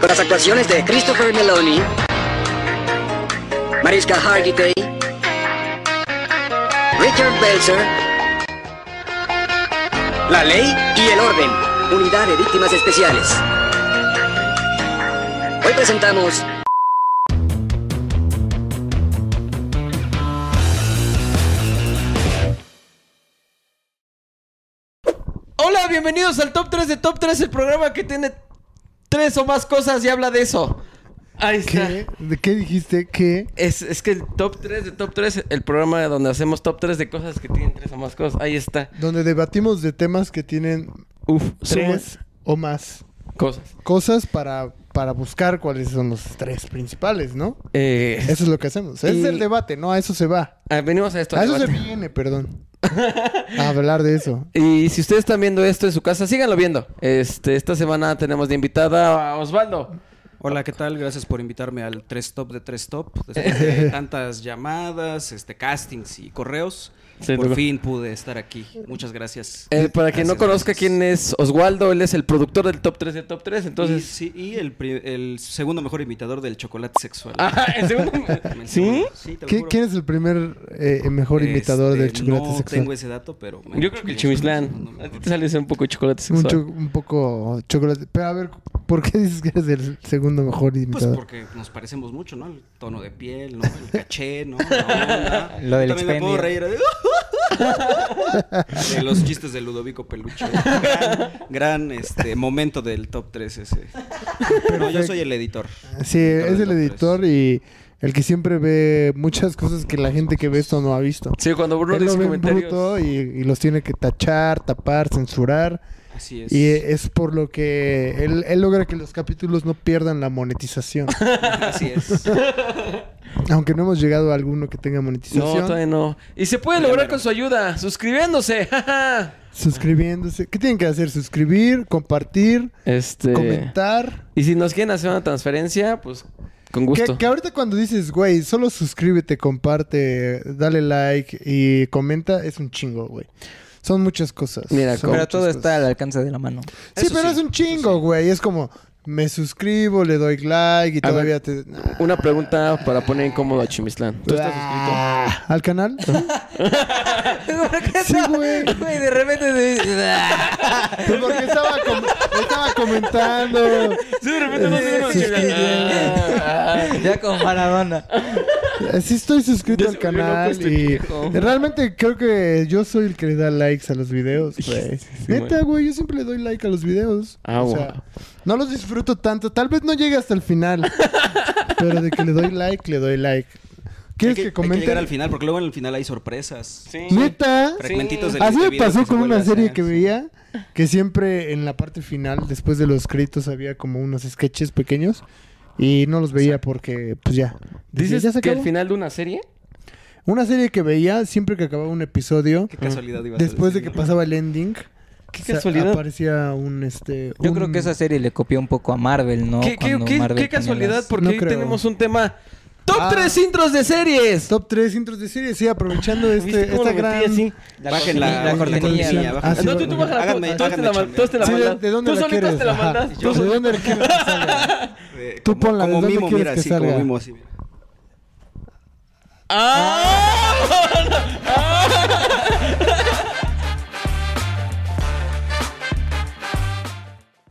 con las actuaciones de Christopher Meloni, Mariska Hargitay, Richard Belzer, La Ley y el Orden, Unidad de Víctimas Especiales. Hoy presentamos Hola, bienvenidos al Top 3 de Top 3, el programa que tiene tres o más cosas y habla de eso. Ahí está. ¿Qué? ¿De qué dijiste? ¿Qué? Es, es que el Top 3 de Top 3, el programa donde hacemos Top 3 de cosas que tienen tres o más cosas. Ahí está. Donde debatimos de temas que tienen Uf, tres o más cosas. cosas para, para buscar cuáles son los tres principales, ¿no? Eh, Eso es lo que hacemos. Es Y- el debate, ¿no? A eso se va. ah, venimos a esto. A eso se debate. viene, perdón. A hablar de eso. Y si ustedes están viendo esto en su casa, síganlo viendo. Este, esta semana tenemos de invitada a Osvaldo. Hola, ¿qué tal? Gracias por invitarme al 3 Top de 3 Top. Después de tantas llamadas, este, castings y correos, Sí, por luego. fin pude estar aquí. Muchas gracias. Eh, para quien no Gracias, conozca gracias. quién es Osvaldo, él es el productor del Top 3 de Top 3, entonces... Y, sí, y el, pri- el segundo mejor imitador del chocolate sexual. Ah, el segundo- También ¿Sí? seguro. Sí, te lo ¿Qué- juro. ¿Quién es el primer eh, mejor Este, imitador del chocolate no sexual? tengo ese dato, pero... me han Yo dicho creo que el es segundo chimislán. A mejor. ti te sale ese un poco de chocolate un, sexual. cho- un poco chocolate. Pero a ver, ¿por qué dices que eres el segundo mejor Pues imitador? porque nos parecemos mucho, ¿no? El tono de piel, ¿no? El caché, ¿no? La onda. Lo del Yo También me puedo reír. ¿eh? expendio. De los chistes de Ludovico Peluche. Gran, gran, este, momento del top 3 ese. No, yo soy el editor. Sí, es el del top editor y el que siempre ve muchas cosas que la gente que ve esto no ha visto. Sí, cuando Bruno Él lo dice ve en comentarios... bruto y, y los tiene que tachar, tapar, censurar. tres. Así es. Y eh, es por lo que él, él logra que los capítulos no pierdan la monetización. Así es. Aunque no hemos llegado a alguno que tenga No, monetización. todavía no. Y se puede Ya lograr mero. con su ayuda, suscribiéndose. jaja. suscribiéndose. ¿Qué tienen que hacer? Suscribir, compartir, este. comentar. Y si nos quieren hacer una transferencia, pues con Que, gusto. que ahorita cuando dices, güey, solo suscríbete, comparte, dale like y comenta, es un chingo, güey. Son muchas cosas. Mira, Son Pero muchas todo está cosas. al alcance de la mano. Sí, Eso pero sí, es un chingo, güey. Es como, me suscribo, le doy like y A todavía ver, te... Una pregunta para poner incómodo a Chimislán. ¿Tú estás suscrito? Ah, ¿Al canal? ¿Por qué Sí, no? güey. Güey, de repente... se- Pues porque estaba, com- estaba comentando. Sí, de repente no Ah. sé Sí, sí. ya como Maradona. Sí estoy suscrito Ya al se volvió loco canal este y viejo. realmente creo que yo soy el que le da likes a los videos, güey. Neta, güey. güey, yo siempre le doy like a los videos. Ah, o sea, bueno. no los disfruto tanto. Tal vez no llegue hasta el final. pero de que le doy like, le doy like. Hay ¿Quieres que, que hay que comente? llegar al final, porque luego en el final hay sorpresas. Sí. Neta. Fragmentitos del Así me video pasó que se con vuelve una a serie hacer. que veía que siempre en la parte final, después de los créditos, había como unos sketches pequeños y no los veía porque, pues ya. Decía, ¿Dices "Ya se que al acabó". final de una serie? Una serie que veía siempre que acababa un episodio, Qué casualidad ibas a después de que decir, ¿no? pasaba el ending, ¿Qué sa- casualidad? aparecía un este. Yo un- creo que esa serie le copió un poco a Marvel, ¿no? ¿Qué, qué, Cuando qué- Marvel qué tenía casualidad? las- Porque No hoy creo. tenemos un tema. ¡Top Ah. 3 intros de series! Top 3 intros de series, sí, aprovechando este, ¿Viste cómo esta lo metí gran. así? La Bajen la, cortinilla, la la cortinilla. cortinilla, la- bajen Ah, la sí, no, tú, tú cortinilla. bajas la Háganme- tú te la, háganme chambear. tú hazte la Sí, ¿de, mandas. de dónde tú la solito quieres? te la Ajá. mandas. Tú ¿De solito. dónde la quieres que salga? Eh, Tú como- ponla, ¿de como dónde mimo, quieres mira, que así, como salga? mimo, así, mira. ¡Ah!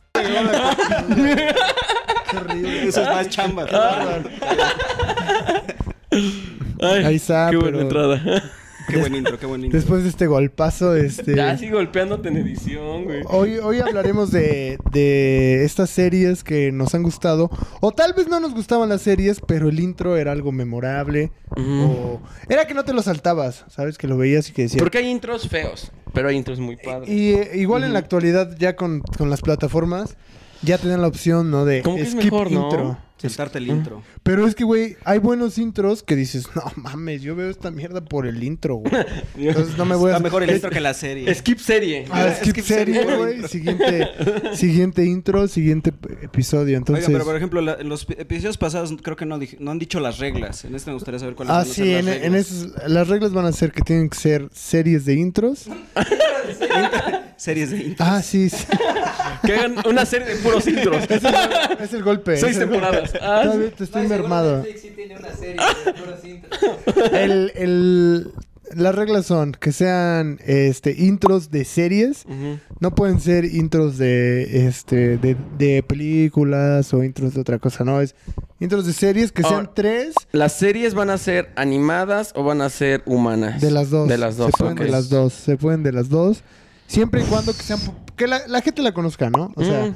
Qué horrible. Eso es más chamba. Ah. Ay, Ahí está, Qué buena pero- entrada. Qué buen intro, qué buen intro. Después de este golpazo, este. Ya así golpeándote en edición, güey. Hoy, hoy hablaremos de, de estas series que nos han gustado. O tal vez no nos gustaban las series, pero el intro era algo memorable. O era que no te lo saltabas, ¿sabes? Que lo veías y que decías. Porque hay intros feos, pero hay intros muy padres. Y eh, igual en la actualidad, ya con, con las plataformas, ya tienen la opción, ¿no? De Como que es skip mejor, ¿no? intro. Saltarte el intro. Pero es que, güey, hay buenos intros que dices, no mames, yo veo esta mierda por el intro, güey. Entonces no me voy a. Está mejor el intro que la serie. Skip serie. Ah, skip, Skip serie, serie, güey. intro. Siguiente, siguiente intro, siguiente p- episodio. Entonces, Oiga, pero por ejemplo, la- en los pi- episodios pasados creo que no, dij- no han dicho las reglas. En este me gustaría saber cuáles ah, van a sí, ser en, las en reglas. esos, las reglas van a ser que tienen que ser series de intros. Series de intro. Ah, sí. sí. Que hagan una serie de puros intros. Es el golpe. Seis es el golpe. temporadas. Ah, Todavía te estoy mermado. Netflix sí tiene una serie de puros intros. El, el- las reglas son que sean este intros de series. No pueden ser intros de este de, de películas o intros de otra cosa. No, es intros de series que sean Ahora- tres ¿Las series van a ser animadas o van a ser humanas? de las dos. De las dos, Se pueden ok. de las dos. Se pueden de las dos. Siempre y cuando que sean po- que la, la gente la conozca, ¿no? O sea, Mm.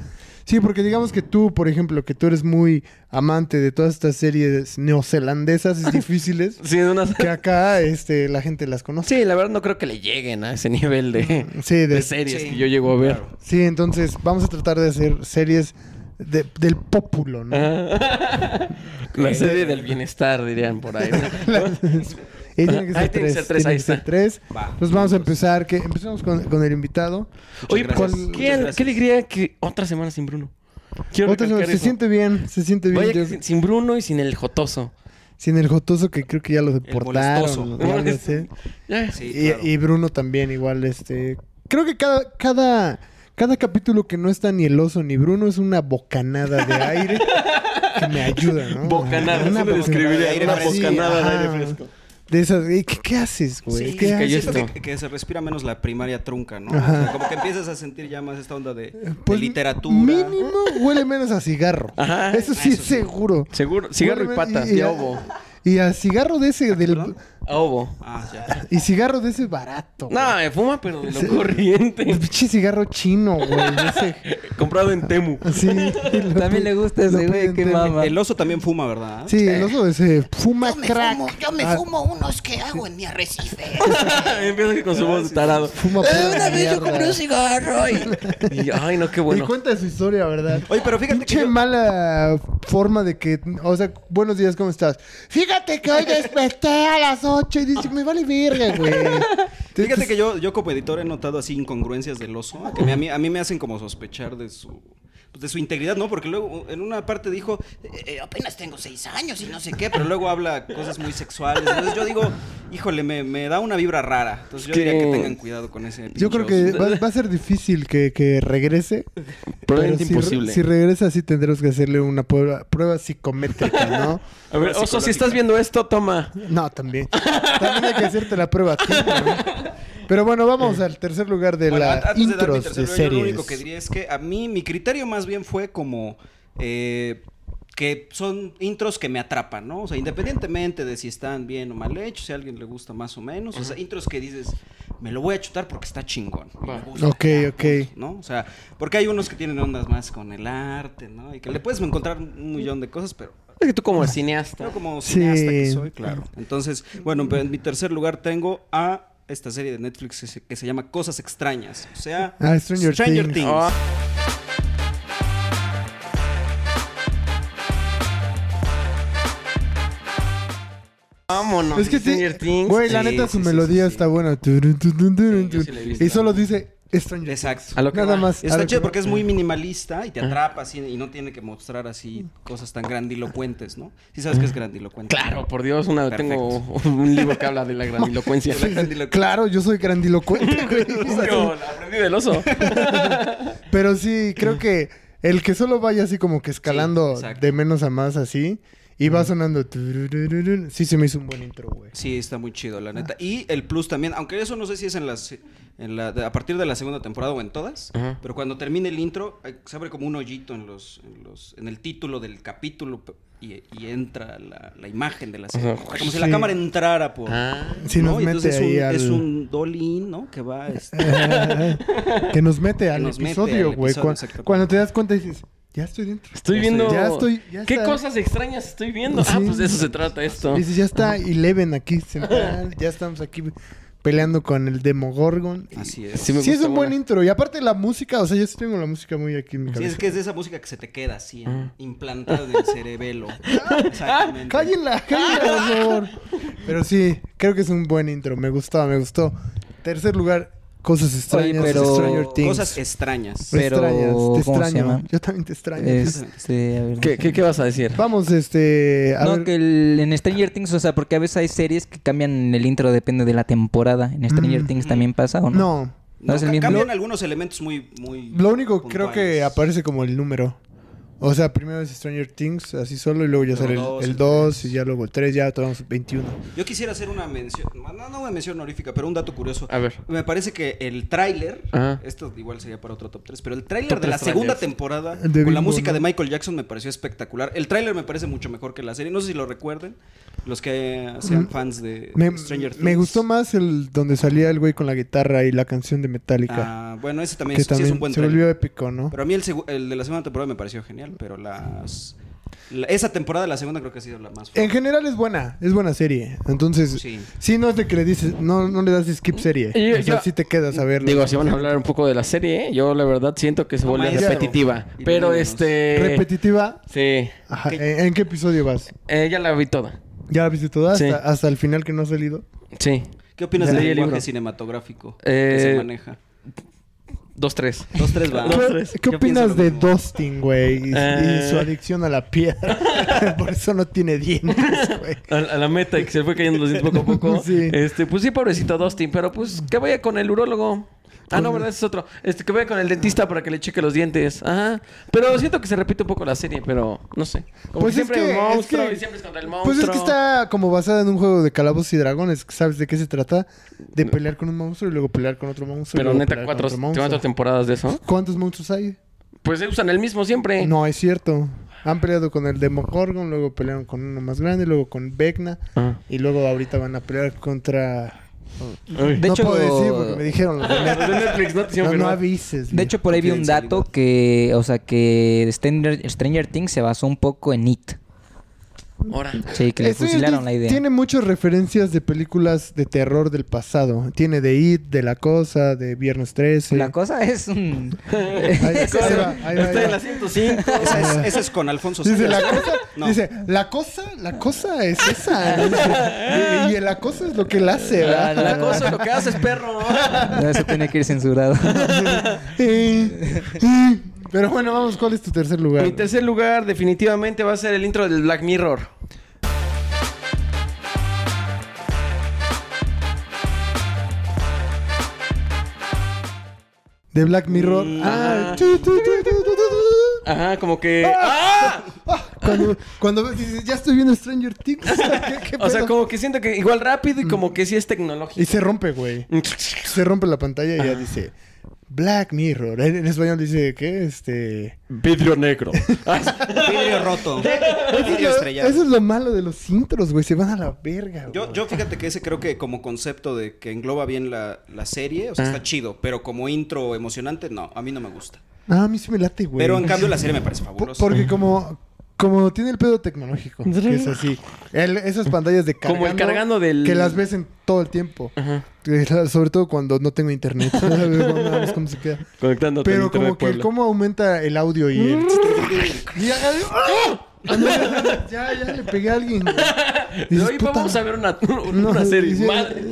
sí, porque digamos que tú, por ejemplo, que tú eres muy amante de todas estas series neozelandesas y difíciles. Sí, de unas... Que acá este, la gente las conoce. Sí, la verdad no creo que le lleguen a ese nivel de, Sí, de- de series que yo llego a ver. Sí, entonces vamos a tratar de hacer series de- del pópulo, ¿no? Ah. La serie del bienestar, dirían por ahí. Y tienen que Ahí ser tienen que tres. ser tres, ahí tienen que ser está. tres. Va. Entonces vamos a empezar. Que empezamos con, con el invitado. Oye, gracias. pues, Muchas ¿qué, gracias. qué alegría que otra semana sin Bruno. Quiero recalcar Otra semana- se eso. siente bien, se siente bien. Vaya yo- que sin, sin Bruno y sin el Jotoso. sin el jotoso que creo que ya lo deportaron. molestoso. o algo así. Ya. Sí, y, claro. y Bruno también igual. este Creo que cada, cada, cada capítulo que no está ni el oso ni Bruno es una bocanada de aire que me ayuda, ¿no? Bocanada, Una así lo bocanada. describiría, aire una fresco. bocanada de aire Ajá. fresco. De esas, ¿y ¿qué, qué haces, güey? Sí, ¿Qué se haces? cayó siento esto. que, que se respira menos la primaria trunca, ¿no? O Ajá. sea, como que empiezas a sentir ya más esta onda de, de Pues, literatura. Mínimo huele menos a cigarro. Ajá. Eso sí Eso es sí. seguro. Seguro, cigarro Huele y men- patas, ya a- hubo. Y a cigarro de ese del A obo. Ah, ya. y cigarro de ese barato. No, me fuma, pero de lo corriente. güey. Pinche cigarro chino, güey. de ese- Comprado en Temu. Sí. También le gusta ese Lo güey, qué pueden tener. mama. El oso también fuma, ¿verdad? Sí, el oso ese fuma Yo me crack. fumo, yo me Ah, fumo unos que hago en mi arrecife. Empieza con su voz de tarado. Fuma pura Eh, una vez yo mierda. compré un cigarro y Y, ay, no, qué Y bueno. cuenta su historia, ¿verdad? Oye, pero fíjate que Pinche yo- mala forma de que, o sea, buenos días, ¿cómo estás? Fíjate que hoy desperté a las 8 y dice, me vale verga, güey. Fíjate que yo, yo como editor he notado así incongruencias del oso, que me- a mí, a mí me hacen como sospechar de su, pues, de su integridad, ¿no? Porque luego en una parte dijo, eh, eh, apenas tengo seis años y no sé qué, pero luego habla cosas muy sexuales. Entonces yo digo, híjole, me, me da una vibra rara. Entonces yo Sí. diría que tengan cuidado con ese Yo pinche creo que oso. va, va a ser difícil que, que regrese. pero Probablemente si, imposible. Si regresa, sí tendremos que hacerle una prueba, prueba psicométrica, ¿no? A ver, oso, si estás viendo esto, toma. No, también. También hay que hacerte la prueba a ti, ¿no? Pero bueno, vamos al tercer lugar de Bueno, la antes de dar mi intros de, tercer lugar, series. Yo lo único que diría es que a mí mi criterio más bien fue como eh, que son intros que me atrapan, ¿no? O sea, independientemente de si están bien o mal hechos, si a alguien le gusta más o menos, o sea, intros que dices, me lo voy a chutar porque está chingón. Va. me gusta, Ok, ya, ok. punto, ¿No? O sea, porque hay unos que tienen ondas más con el arte, ¿no? Y que le puedes encontrar un millón de cosas, pero Es que tú como cineasta. yo como Sí. cineasta que soy, claro. Entonces, bueno, pero en mi tercer lugar tengo a esta serie de Netflix que se, que se llama Cosas Extrañas. O sea, Ah, Stranger Things. Ah. Vámonos. Es que sí. Stranger Things. Güey, la Sí, neta, sí, su sí, melodía sí, sí. está buena. Turun, tun, tun, turun, Sí, yo sí la he tun. visto. y solo dice Stranger Exacto. A lo que Ah. Nada va. más. a eh, Está lo chido que porque va. es muy minimalista y te atrapa así y no tiene que mostrar así cosas tan grandilocuentes, ¿no? Sí sabes que es grandilocuente. Ah. Claro, por Dios, una, tengo Perfecto. un libro que habla de la grandilocuencia. Sí, sí, sí. Claro, yo soy grandilocuente, güey. Yo la aprendí del oso. Pero sí, creo que el que solo vaya así como que escalando Sí, exacto. de menos a más así y va sonando. tururururun, Sí, se me hizo un buen intro, güey. Sí, está muy chido, la neta. Y el plus también, aunque eso no sé si es en las en la, de- a partir de la segunda temporada o en todas, Ajá. pero cuando termina el intro eh, se abre como un hoyito en los en, los, en el título del capítulo pe- y, y entra la, la imagen de la serie. Ajá. O sea, como si la Sí. cámara entrara por Ah. Sí, nos Y mete entonces es ahí un, al- Eh, es un dolín, ¿no? Que va este, Que nos mete al nos mete episodio, al güey. episodio, Cu- exacto. Cuando te das cuenta dices, ya estoy dentro. Estoy viendo. Ya estoy- ya ¿Qué está. cosas extrañas estoy viendo? Ah, Sí. pues de eso se trata esto. Dices, ya está Eleven aquí central, ya estamos aquí peleando con el Demogorgon. Así es. me eh, Sí, es gusta un buen una. intro. Y aparte la música, o sea, yo sí tengo la música muy aquí en mi Sí, cabeza. es que es de esa música que se te queda así, ¿no? implantada en el cerebelo. Ah, Exactamente. Cállenla, cállenla, por favor. Pero sí, creo que es un buen intro. Me gustaba, me gustó. Tercer lugar, cosas extrañas. pero- Stranger Things. Cosas extrañas. Pero, extrañas, te ¿cómo se extraño. llama? Yo también te extraño. Este, a ver. ¿Qué, qué, qué vas a decir? Vamos, este. A no, ver. que el- en Stranger Things, o sea, porque a veces hay series que cambian el intro depende de la temporada. En Stranger Mm. Things también pasa o no? No. No, es el ca- mismo. cambian algunos elementos muy, muy. Lo único que creo que puntuales. aparece como el número. O sea, primero es Stranger Things, así solo, y luego ya Luego sale dos, el el 2, y ya luego el 3, ya tomamos 21. Yo quisiera hacer una mención, no, no una mención honorífica, pero un dato curioso. A ver. Me parece que el tráiler, Ajá. esto igual sería para otro top 3, pero el tráiler Top de la tres segunda trailers. temporada El de con la Bimbo, música ¿no? de Michael Jackson me pareció espectacular. El tráiler me parece mucho mejor que la serie, no sé si lo recuerden, los que sean fans de Mm, Me, Stranger Things. me gustó más el donde salía el güey con la guitarra y la canción de Metallica. Ah, bueno, ese también, que es, sí también es un buen se volvió tráiler. épico, ¿no? Pero a mí el, segu- el de la segunda temporada me pareció genial, pero las la- esa temporada de la segunda creo que ha sido la más En general es buena, es buena serie. Entonces, sí, Sí. no es de que le dices, no, no le das skip serie. Y- o sea, yo- sí te quedas a verla. Digo, si van a hablar un poco de la serie, ¿eh? yo la verdad siento que se No, vuelve maestro. repetitiva. Y Pero menos. este. Eh, Repetitiva. Sí. Ajá, ¿En, en qué episodio vas? Eh, ya la vi toda. ¿Ya la viste toda? Hasta, Sí. hasta el final que no ha salido. Sí. ¿Qué opinas Ya del leí el lenguaje libro. cinematográfico Eh, que se maneja? Dos, tres. Dos, tres, va. ¿Qué, qué Yo pienso opinas lo de mismo. Dustin, güey? Y, y Eh. su adicción a la piedra. Por eso no tiene dientes, güey. A, a la meta y que se fue cayendo los dientes poco a poco. Sí. Este, pues sí, pobrecito Dustin, pero pues que vaya con el urólogo. Ah, no, verdad, ese es otro. Este, que vaya con el dentista para que le cheque los dientes. Ajá. Pero siento que se repite un poco la serie, pero no sé. Como Pues que es siempre que- hay un es monstruo que- y siempre es contra el monstruo. Pues es que está como basada en un juego de calabozos y dragones. ¿Sabes de qué se trata? De pelear con un monstruo y luego pelear con otro monstruo. y Pero luego neta, pelear cuatro, con otro cuatro monstruo. temporadas de eso. ¿Cuántos monstruos hay? Pues eh, usan el mismo siempre. No, es cierto. Han peleado con el Demogorgon, luego pelearon con uno más grande, luego con Vecna. Ah. Y luego ahorita van a pelear contra... De no hecho- puedo decir porque me dijeron. los de Los de Netflix. Netflix, no te No, hicieron no firmar. avises. De hecho, por ahí vi un dato que, o sea, que Stranger, Stranger Things se basó un poco en It. Ahora. Sí, que le Stranger fusilaron Things la idea. Tiene muchas referencias de películas de terror del pasado. Tiene de It, de La Cosa, de Viernes 13. La cosa es un... Ahí va, ahí va, ahí va. Está en la 105. Esa es, esa es con Alfonso Dice Sayas, la ¿no? cosa, No. dice, la cosa, la cosa es esa. Dice, y, y la cosa es lo que la hace, ¿verdad? La- La cosa es lo que haces, perro. No, Eso tiene que ir censurado. Eh, eh. Pero bueno, vamos, ¿cuál es tu tercer lugar? Mi tercer lugar definitivamente va a ser el intro del Black Mirror. De Black Mirror. Mm, Ah, ajá. tu, tu, tu, tu, tu, tu, tu. Ajá, como que... ¡Ah! Ah, cuando, cuando ves, dices, ya estoy viendo Stranger Things. ¿Qué- qué O sea, pedo? como que siento que igual rápido y como que sí es Y tecnológico. se rompe, güey. Se rompe la pantalla y ya dice Black Mirror. En, en español dice que este. Vidrio negro. Vidrio roto. Vidrio estrellado. Eso es lo malo de los intros, güey. Se van a la verga, güey. Yo, yo fíjate que ese creo que como concepto de que engloba bien la, la serie, o sea, Ah. está chido, pero como intro emocionante, no, a mí no me gusta. Ah, a mí sí me late, güey. Pero en cambio la serie me parece Por- fabulosa. porque como, como tiene el pedo tecnológico, que es así. El- esas pantallas de cargando, Como el cargando del- Que las ves en todo el tiempo. Ajá. Eh, la- Sobre todo cuando no tengo internet. A ver, vamos, ¿cómo se queda? Conectando Pero como que cómo aumenta el audio y el... Y ya, ¡Ah! ya, ya le pegué a alguien. güey. Dices, Hoy "Puta". vamos a ver una, No, una serie. dice- Madre.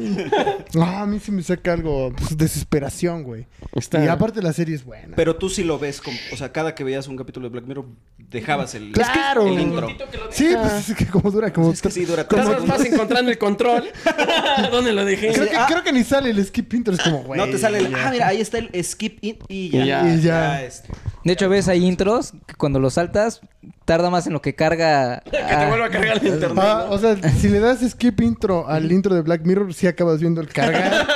Ah, a mí sí me saca algo, pues, desesperación, güey. Está- Y aparte la serie es buena. Pero tú sí lo ves, como- o sea, cada que veías un capítulo de Black Mirror, dejabas el, Claro. el intro. Sí, pues es que como dura, como... Es que sí, dura tres Cada vez segundos. vas encontrando el control. ¿Dónde lo dejé? Creo que, creo que ni sale el skip intro, es como, güey. ah. No te sale el, ya. ah, mira, ahí está el skip in y ya. Y ya. Y ya. este. De hecho, ves, hay intros que cuando los saltas tarda más en lo que carga... Que te a- vuelva a cargar el internet. Ah, o sea, si le das skip intro al intro de Black Mirror, sí acabas viendo el cargar,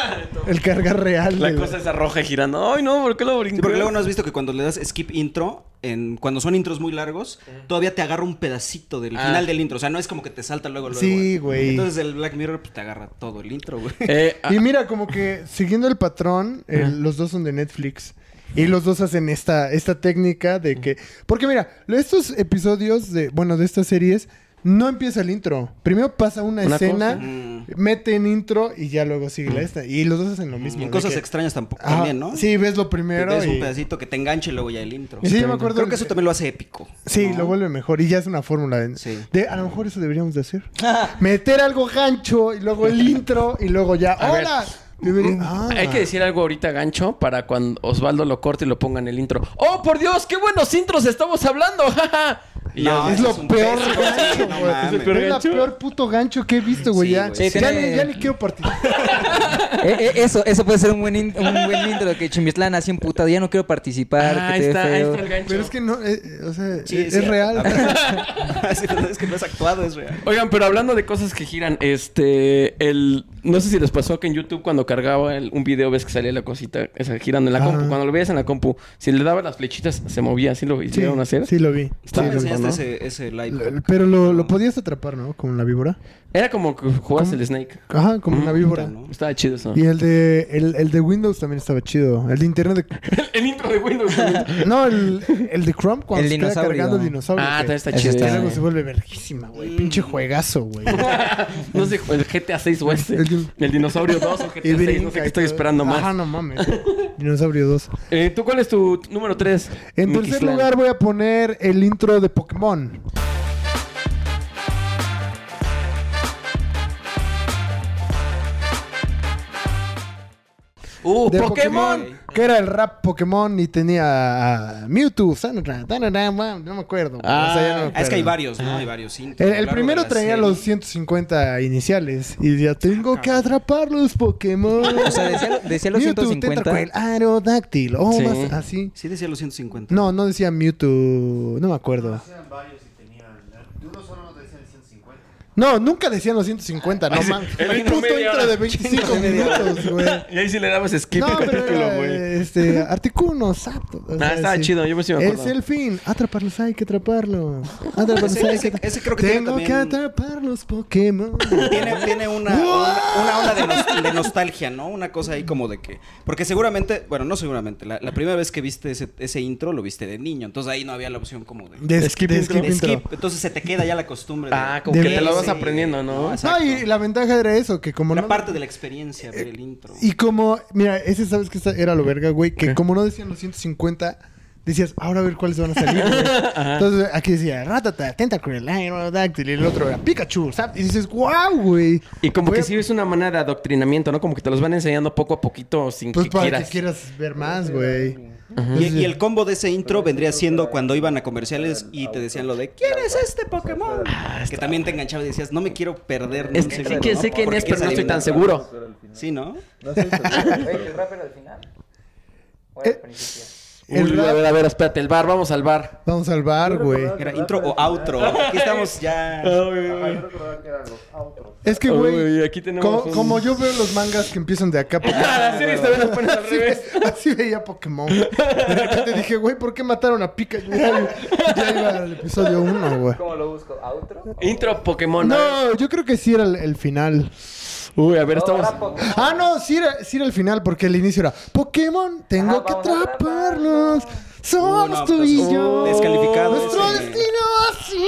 el cargar real. La de- cosa esa roja y girando. Ay, no, ¿por qué lo brinqué? Sí, porque luego no has visto que cuando le das skip intro, en, cuando son intros muy largos, todavía te agarra un pedacito del Ah. final del intro. O sea, no es como que te salta luego, luego. Sí, güey. Entonces el Black Mirror pues, te agarra todo el intro, güey. Eh, ah, Y mira, como que siguiendo el patrón, eh, los dos son de Netflix. Y los dos hacen esta, esta técnica de que... Porque mira, estos episodios de... Bueno, de estas series, no empieza el intro. Primero pasa una, Una escena, cosa. Mm. meten intro y ya luego sigue la esta. Y los dos hacen lo mismo. Y de en cosas que- extrañas tampoco Ajá, también, ¿no? Sí, ves lo Que primero te des un y- pedacito que te enganche y luego ya el intro. Sí, yo me acuerdo Creo el- que eso también lo hace épico. Sí, ¿no? lo vuelve mejor y ya es una fórmula. De, Sí. de- a lo mejor eso deberíamos de hacer. Meter algo gancho y luego el intro y luego ya. A ver. ¡Hola! Bienvenido. Ah. Hay que decir algo ahorita, gancho, para cuando Osvaldo lo corte y lo ponga en el intro. ¡Oh, por Dios! ¡Qué buenos intros estamos hablando! ¡Ja, ja! Y yo, es eso lo un peor pésimo- gancho, No güey. mames. Es el peor es la gancho. peor puto gancho que he visto, güey. Sí, ya, güey. Sí, ya, tiene- le, ya le quiero partir. Eh, eh, eso, eso puede ser un buen, in- un buen intro que Chimislán hace un putado. Ya no quiero participar. Ah, que ahí te ve está, ahí feo". está el gancho. Pero es que no, eh, eh, o sea, Sí, es, es cierto. real. Sí, pero es que no es actuado, es real. Oigan, pero hablando de cosas que giran, este, el, no sé si les pasó que en YouTube cuando cargaba el- un video ves que salía la cosita esa, girando en la Ajá. compu. Cuando lo veías en la compu, si le dabas las flechitas, se movía, así lo Sí, hicieron hacer. sí, lo vi. Está Sí, Me lo vi. bien. enseñaste ¿no? este ese, ese live hack. Lo- Pero lo, lo podías atrapar, ¿no? Con la víbora. Era como que jugabas ¿Cómo? el Snake. Ajá, como Ujú. una víbora. ¿no? Estaba chido eso. Y el de, el, el de Windows también estaba chido. El de Internet. de- El, el intro de Windows. también. no, el, el de Chrome cuando El se queda dinosaurio. cargando el dinosaurio. ah, que- también está Ese chido. está que bien. luego se vuelve verguísima, güey. Pinche juegazo, güey. No sé, el GTA 6 o ese. El din- El, dinosaurio 2 o GTA 6, no sé qué estoy esperando más. Ah, no mames. Dinosaurio 2. Eh, ¿Tú cuál es tu t- número 3? En tercer lugar voy a poner el intro de Pokémon. Oh, ¡Uh, De Pokémon! Que era el rap Pokémon y tenía a Mewtwo. Sanra, tanara, ma- No me acuerdo. güey. Ah, O sea, ya no me Ah, es que hay acuerdo. varios, ¿no? Hay varios intros. El, a lo el largo de primero la traía serie. los 150 iniciales y decía, tengo que atrapar los Pokémon. O sea, decía, decía los Mewtwo, 150. Tentacoel, Aerodáctil, o Sí. más así. Sí decía los 150. No, no decía Mewtwo, no me acuerdo. Eran Ah, varios y tenían. De uno solo nos decían 150. No, nunca decían los 150, no mames. el El intro puto media intro hora. de 25 minutos, güey. Y ahí sí le dabas skip No, el pero capítulo, era, güey. este, Articuno, Zapdos. o Ah, sea, estaba sí. chido, yo me sí me Es acuerdo. el fin, atraparlos hay que atraparlos. Atraparlos Ese- hay que ese- ese creo que tiene Tengo que también- atrapar los Pokémon. Tiene, tiene una, una, una onda de, nos- de nostalgia, ¿no? Una cosa ahí como de que... Porque seguramente, bueno, no seguramente, la, la primera vez que viste ese, ese intro lo viste de niño, entonces ahí no había la opción como de... De Skip skip, de intro. skip de intro. skip. Entonces se te queda ya la costumbre. de- Ah, como De- que te lo vas Sí. aprendiendo, ¿no? No, es- No, y Exacto. la ventaja era eso, que como Una no... parte de la experiencia, ver el intro. Y como, mira, ese sabes que esta- era lo verga, güey, que como no decían los 150, decías, ahora a ver cuáles van a salir, güey. Entonces aquí decía, Ratata, Tentacruel, Aerodactyl, y el otro era Pikachu, ¿sabes? Y dices, wow, güey. Y como Voy que a- sí es una manera de adoctrinamiento, ¿no? Como que te los van enseñando poco a poquito sin Pues que para quieras. que quieras ver más, güey. Y, y el combo de ese intro vendría siendo cuando iban a comerciales y te decían lo de ¿Quién es este Pokémon? que también te enganchaba y decías, no me quiero perder. ni Es un que sí segundo, que ¿no? sé quién Porque es, pero no quieres estoy tan adivinar. seguro. Sí, ¿no? El Eh, Uy, a rap- ver, a ver, espérate, el bar, vamos al bar. Vamos al bar, güey. Era intro o outro. Aquí estamos ya. Ajá, yo recordaba que eran los outros. Es que, Uy, güey, aquí tenemos como, un- como yo veo los mangas que empiezan de acá, porque- Ah, las series también las pones al Así, revés. ve- así veía Pokémon. De repente dije, güey, ¿por qué mataron a Pikachu? Ya iba al episodio 1, güey. Intro Pokémon. a ver. No, yo creo que sí era el, el final. Uy, a ver, estamos. Ah, no, sí era, sí era el final, porque el inicio era Pokémon, tengo que atraparlos. Somos no, tú pues, y uh, yo. descalificado Nuestro ese. destino así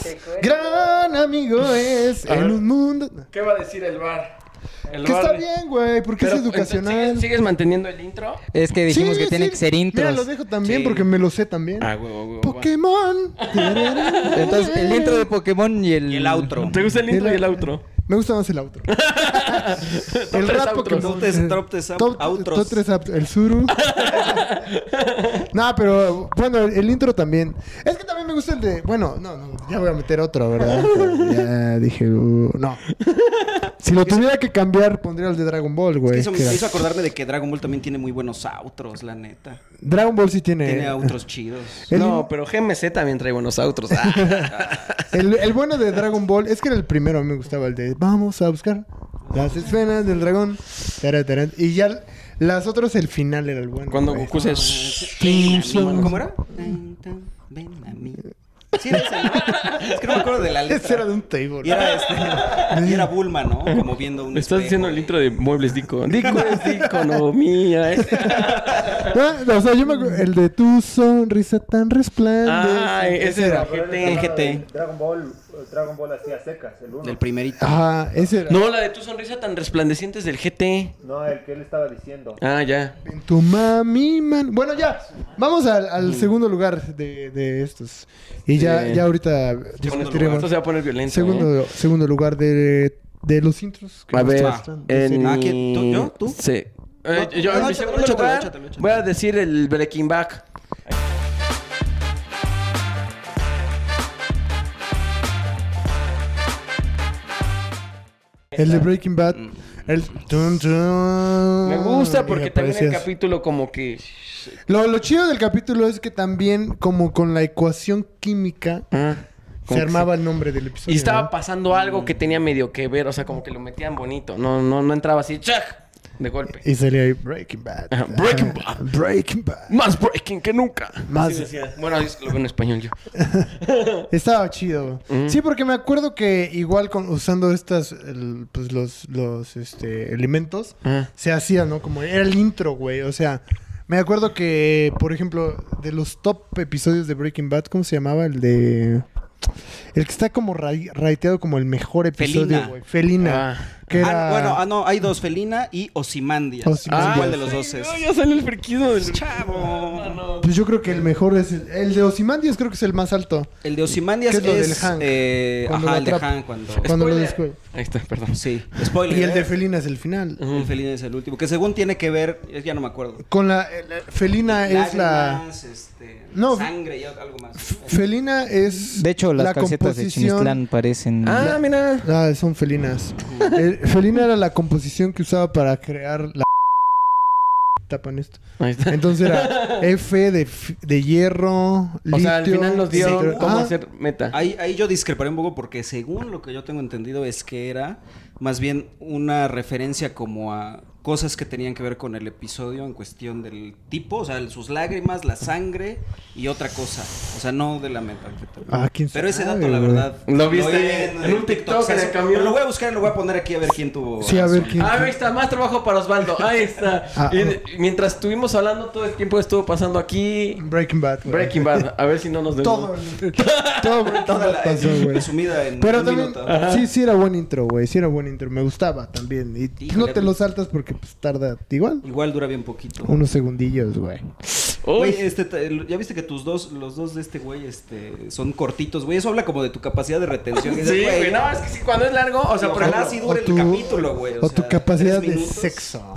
es. Gran amigo es. A ver. En un mundo. ¿Qué va a decir el bar? El Que bar está de- bien, güey, porque Pero, es entonces, educacional. ¿sigues, sigues manteniendo el intro? Es que dijimos Sí, que sí. tiene que ser intros. Mira, lo dejo también Sí. porque me lo sé también. Ah, huevo, huevo. Pokémon. Entonces, el intro de Pokémon y el... Y el outro. ¿Te gusta el intro El- y el outro? Me gusta más el outro. el tres rap outros. Pokémon. Top tres- top tres Top- outros. top tres out- el Zuru. no, pero bueno, el, el intro también. Es que también me gusta el de. Bueno, no, no, ya voy a meter otro, ¿verdad? Pero ya dije, uh, no. Si lo tuviera que cambiar, pondría el de Dragon Ball, güey. Eso me que era- hizo acordarme de que Dragon Ball también tiene muy buenos outros, la neta. Dragon Ball sí tiene. Tiene outros chidos. El- No, pero GMC también trae buenos outros. Ah. El, el bueno de Dragon Ball es que era el primero, a mí me gustaba el de vamos a buscar las esferas del dragón. Tara, tara. Y ya las otras, el final era el bueno. Cuando güey. Goku se... Sí, Ven a mí. Simpsons. ¿Cómo era? Tan, tan, Ven a mí. Sí, era ese, ¿no? Es que no me acuerdo de la letra. Ese era de un table. Y era, este, y era Bulma, ¿no? Como viendo un Me estás espejo. diciendo el intro de Muebles Dico. Dico eh. es diconomía. Es... Ah, o sea, yo me acuerdo, el de tu sonrisa tan resplande. Ay, Ah, e-, ese era El Pero GT. era de GT. Dragon Ball, eh, Dragon Ball hacía secas, el uno. Del primerito. Ajá, ese era. No, la de tu sonrisa tan resplandeciente es del GT. No, el que él estaba diciendo. Ah, ya. Tu mami, man. Bueno, ya. Vamos al, al segundo lugar de, de estos. Y ya, Sí. ya ahorita Segundo lugar. Esto discutiremos. se va a poner violento. ¿eh? Segundo, segundo lugar de, de los intros. que A nos ver, eh, gustan. en... Ah, ¿quién? ¿Tú? ¿Yo? ¿Tú? Sí. Eh, yo en no, mi échatelo, segundo échatelo, lugar échatelo, échatelo. voy a decir el Breaking Back. El de Breaking Bad. El... tun, tun. Mm. Me gusta Y porque también el aparecías. capítulo como que... Lo, lo chido del capítulo es que también, como con la ecuación química, Ah, como se que armaba Mm. el nombre del episodio. Y estaba ¿no? pasando algo que tenía medio que ver, o sea, como que lo metían bonito. No, no, no entraba así, ¡chac! De golpe. Y salía ahí Breaking Bad. Ajá, Breaking Bad. Breaking Bad. Más breaking que nunca. Más. Sí, decía. Bueno, es que lo veo en español yo. Estaba chido. Sí, porque me acuerdo que igual con, usando estas, el- pues los, los este, elementos, Ah. se hacía, ¿no? Como era el intro, güey. O sea, me acuerdo que, por ejemplo, de los top episodios de Breaking Bad, ¿cómo se llamaba? El de... El que está como ra- raiteado como el mejor episodio, Felina. güey. Felina. Ah. Que era... Ah, bueno, ah, no, hay dos, Felina y Osimandia. Ozymandias. ¿Cuál de los dos es? No, ya sale el friquismo del Ah, Chavo. Pues yo creo que el mejor es... El, el de Osimandias creo que es el más alto. El de Osimandias ¿Qué es es. lo del Hank? eh, Cuando lo ajá, el de atrapa. Hank cuando. Cuando lo Spoiler. descubre. Ahí está, perdón. Sí, spoiler. Y el de ¿eh? Felina es el final. El Felina es el último. Que según tiene que ver, eh, ya no me acuerdo. Con la... el- el- Felina es la... Lágrimas, este, No, sangre y algo más. Felina es. De hecho, las la calcetas de Chimistlán parecen. Ah, mira. Ah, son felinas. El- felina era la composición que usaba para crear la. Tapan esto. Ahí está. Entonces era F de, fi- de hierro. Litio, o sea, al final nos dio hidro- cómo Ah, hacer meta. Ahí, ahí yo discreparé un poco porque según lo que yo tengo entendido es que era más bien una referencia como a cosas que tenían que ver con el episodio en cuestión del tipo, o sea, el- sus lágrimas, la sangre y otra cosa, o sea, no de la metanfetamina. Ah, quién Pero ese sabe, dato, la güey. verdad, Lo viste oí en un TikTok, o sea, en el camión. pero Lo voy a buscar, y lo voy a poner aquí a ver quién tuvo. Sí, a ver razón. quién. Ah, ahí está, más trabajo para Osvaldo. Ahí está. Ah, Y de- mientras estuvimos hablando todo el tiempo estuvo pasando aquí Breaking Bad. güey. Breaking Bad. A ver si no nos Todo. desvemos. todo Breaking Toda Bad la- pasó, güey. resumida en Pero un también, minuto. sí, sí era buen intro, güey. Sí era buen intro. Me gustaba también. Y Híjole, no te lo saltas porque pues, tarda igual. Igual dura bien poquito. Unos segundillos, güey. Güey, Uy. este, te- el- ya viste que tus dos, los dos de este güey, este, son cortitos, güey. Eso habla como de tu capacidad de retención. que dices, Sí, güey, no, es que sí, cuando es largo, o sea, por ojalá ejemplo, sí o dure tu- el capítulo, güey. o tu sea, capacidad tres de minutos. sexo.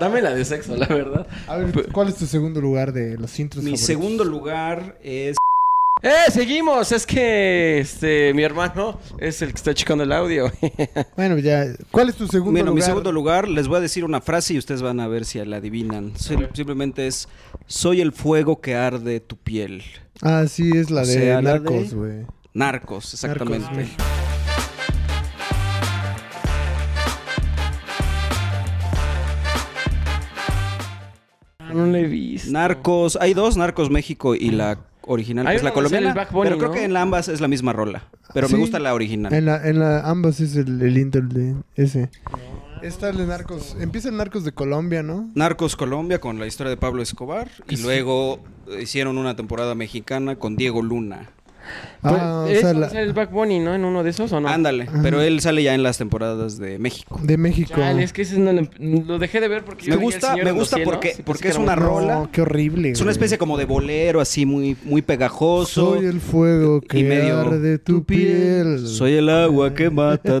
dame la de sexo, la verdad. A ver, ¿cuál es tu segundo lugar de los intros? Mi favoritos? segundo lugar es. ¡Eh, seguimos! Es que este, mi hermano es el que está checando el audio. Bueno, ya. ¿Cuál es tu segundo Bueno, mi lugar? segundo lugar, les voy a decir una frase y ustedes van a ver si la adivinan. Sim- simplemente es: Soy el fuego que arde tu piel. Ah, sí, es la O de sea, la Narcos, de- güey. Narcos, exactamente. Narcos, güey. no le he visto. Narcos, hay dos, Narcos México y la original, Hay que es la uno donde sale colombiana. el Bad Bunny, pero creo ¿no? que en la ambas es la misma rola. Pero Sí. me gusta la original. En la, en la ambas es el, el intro de ese. Esta es de Narcos. Empieza el Narcos de Colombia, ¿no? Narcos Colombia con la historia de Pablo Escobar Pues y luego eh, hicieron una temporada mexicana con Diego Luna. Pues, Ah, o sea, la- el Back Bunny, ¿no? En uno de esos, ¿o no? Ándale, pero él sale ya en las temporadas de México. de México. Chale, es que ese no lo, lo dejé de ver porque yo Me veía El gusta- Señor de me los gusta Cielos, porque- así porque que es era una muy- no, rola. qué horrible. Es una güey. especie como de bolero así muy muy pegajoso. Soy el fuego que y medio arde tu piel. Soy el agua que mata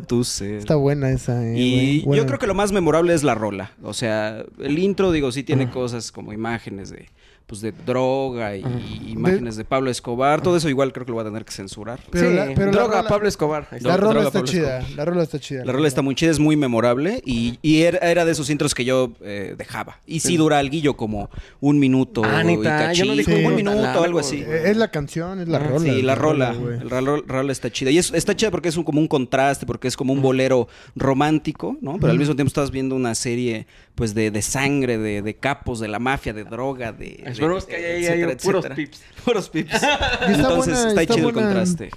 tu sed. Está buena esa, eh. Y güey. Buena. yo creo que lo más memorable es la rola. O sea, el intro, digo, sí tiene cosas como imágenes de pues de droga y, y imágenes de Pablo Escobar. Todo eso igual creo que lo va a tener que censurar. Pero sí, la- pero la droga, rola- Pablo Escobar. Ahí está. La Droga, rola droga, está Pablo chida. La rola está chida. La rola está muy chida, es muy memorable y, y era, era de esos intros que yo eh, dejaba. Y sí dura al guillo como un minuto Ah, neta, y yo no cachito, dije un tan minuto largo, algo así. Eh, Es la canción, es la rola. sí, la rola. güey. El raro- rola está chida. Y es- está chida porque es un- como un contraste, porque es como un bolero romántico, ¿no? Pero al mismo tiempo estás viendo una serie, pues, de, de sangre, de, de capos, de la mafia, de droga, de... Ah, Esperemos que de- ahí etcétera, haya puros etcétera. pips. Puros pips. Y está Entonces buena, está, está chido buena. el contraste.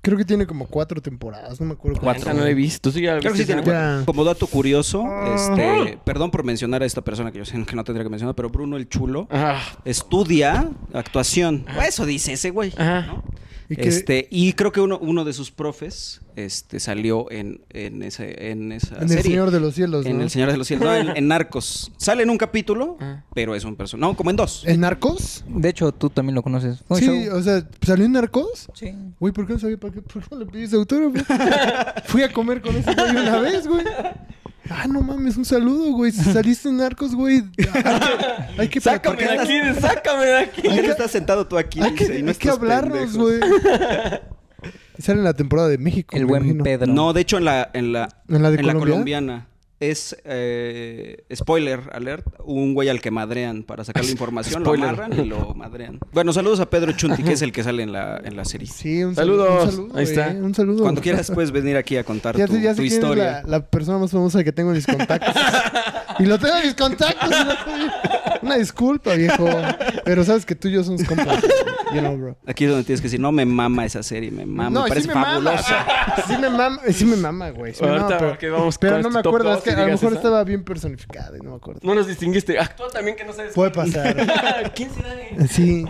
Creo que tiene como cuatro temporadas, no me acuerdo. Ah, esa no la he visto. ¿Tú ya la Creo que sí viste, tiene Sam? Ya. cuatro. Como dato curioso, este, perdón por mencionar a esta persona que yo sé que no tendría que mencionar, pero Bruno el Chulo Ah, estudia actuación. Eso dice ese güey. Ajá. ¿no? ¿Y qué- Este, y creo que uno, uno de sus profes este, salió en, en, ese, en esa En serie. El Señor de los Cielos, En ¿no? El Señor de los Cielos. No, en, en Narcos. Sale en un capítulo, pero es un personaje. No, como en dos. ¿En Narcos? De hecho, tú también lo conoces. Fue un sí, show. o sea, ¿salió en Narcos? Sí. Güey, ¿por qué no sabía? ¿Por qué, por qué no le pedí ese autógrafo? Fui a comer con ese güey una vez, güey. Ah, no mames, un saludo, güey. Si saliste en Narcos, güey. Hay que, hay que Sácame ¿Por qué de aquí, sácame de aquí. ¿Por qué no estás sentado tú aquí? Hay que, Dice, y no hay que estos hablarnos, pendejos. güey. Y sale en la temporada de México. El me buen imagino. Pedro. No, de hecho, en la, en la, ¿En la de Colombia? colombiana. Es eh, spoiler alert, un güey al que madrean para sacar la información, lo Spoiler. amarran y lo madrean. Bueno, saludos a Pedro Chunti, que es el que sale en la, en la serie. Sí, un Saludos. saludo. Un saludo, Ahí está. eh, un saludo. Cuando quieras puedes venir aquí a contar Ya tu, sé, ya sé tu quién es la, historia. la persona más famosa que tengo en mis contactos. y lo tengo en mis contactos. y no estoy- Una disculpa, viejo. Pero sabes que tú y yo somos compas. You know, bro. Aquí es donde tienes que decir, no me mama esa serie, me mama, No, me y parece sí me fabulosa. mama. Sí me mama, sí me mama, güey. Sí me Ahorita, mama, porque pero vamos pero con no este me top acuerdo, dos es que y a lo digas mejor esa. estaba bien personificada y no me acuerdo. No nos distinguiste. Actúa también que no sabes. Pues. Puede pasar. ¿Quién será? eh? Sí.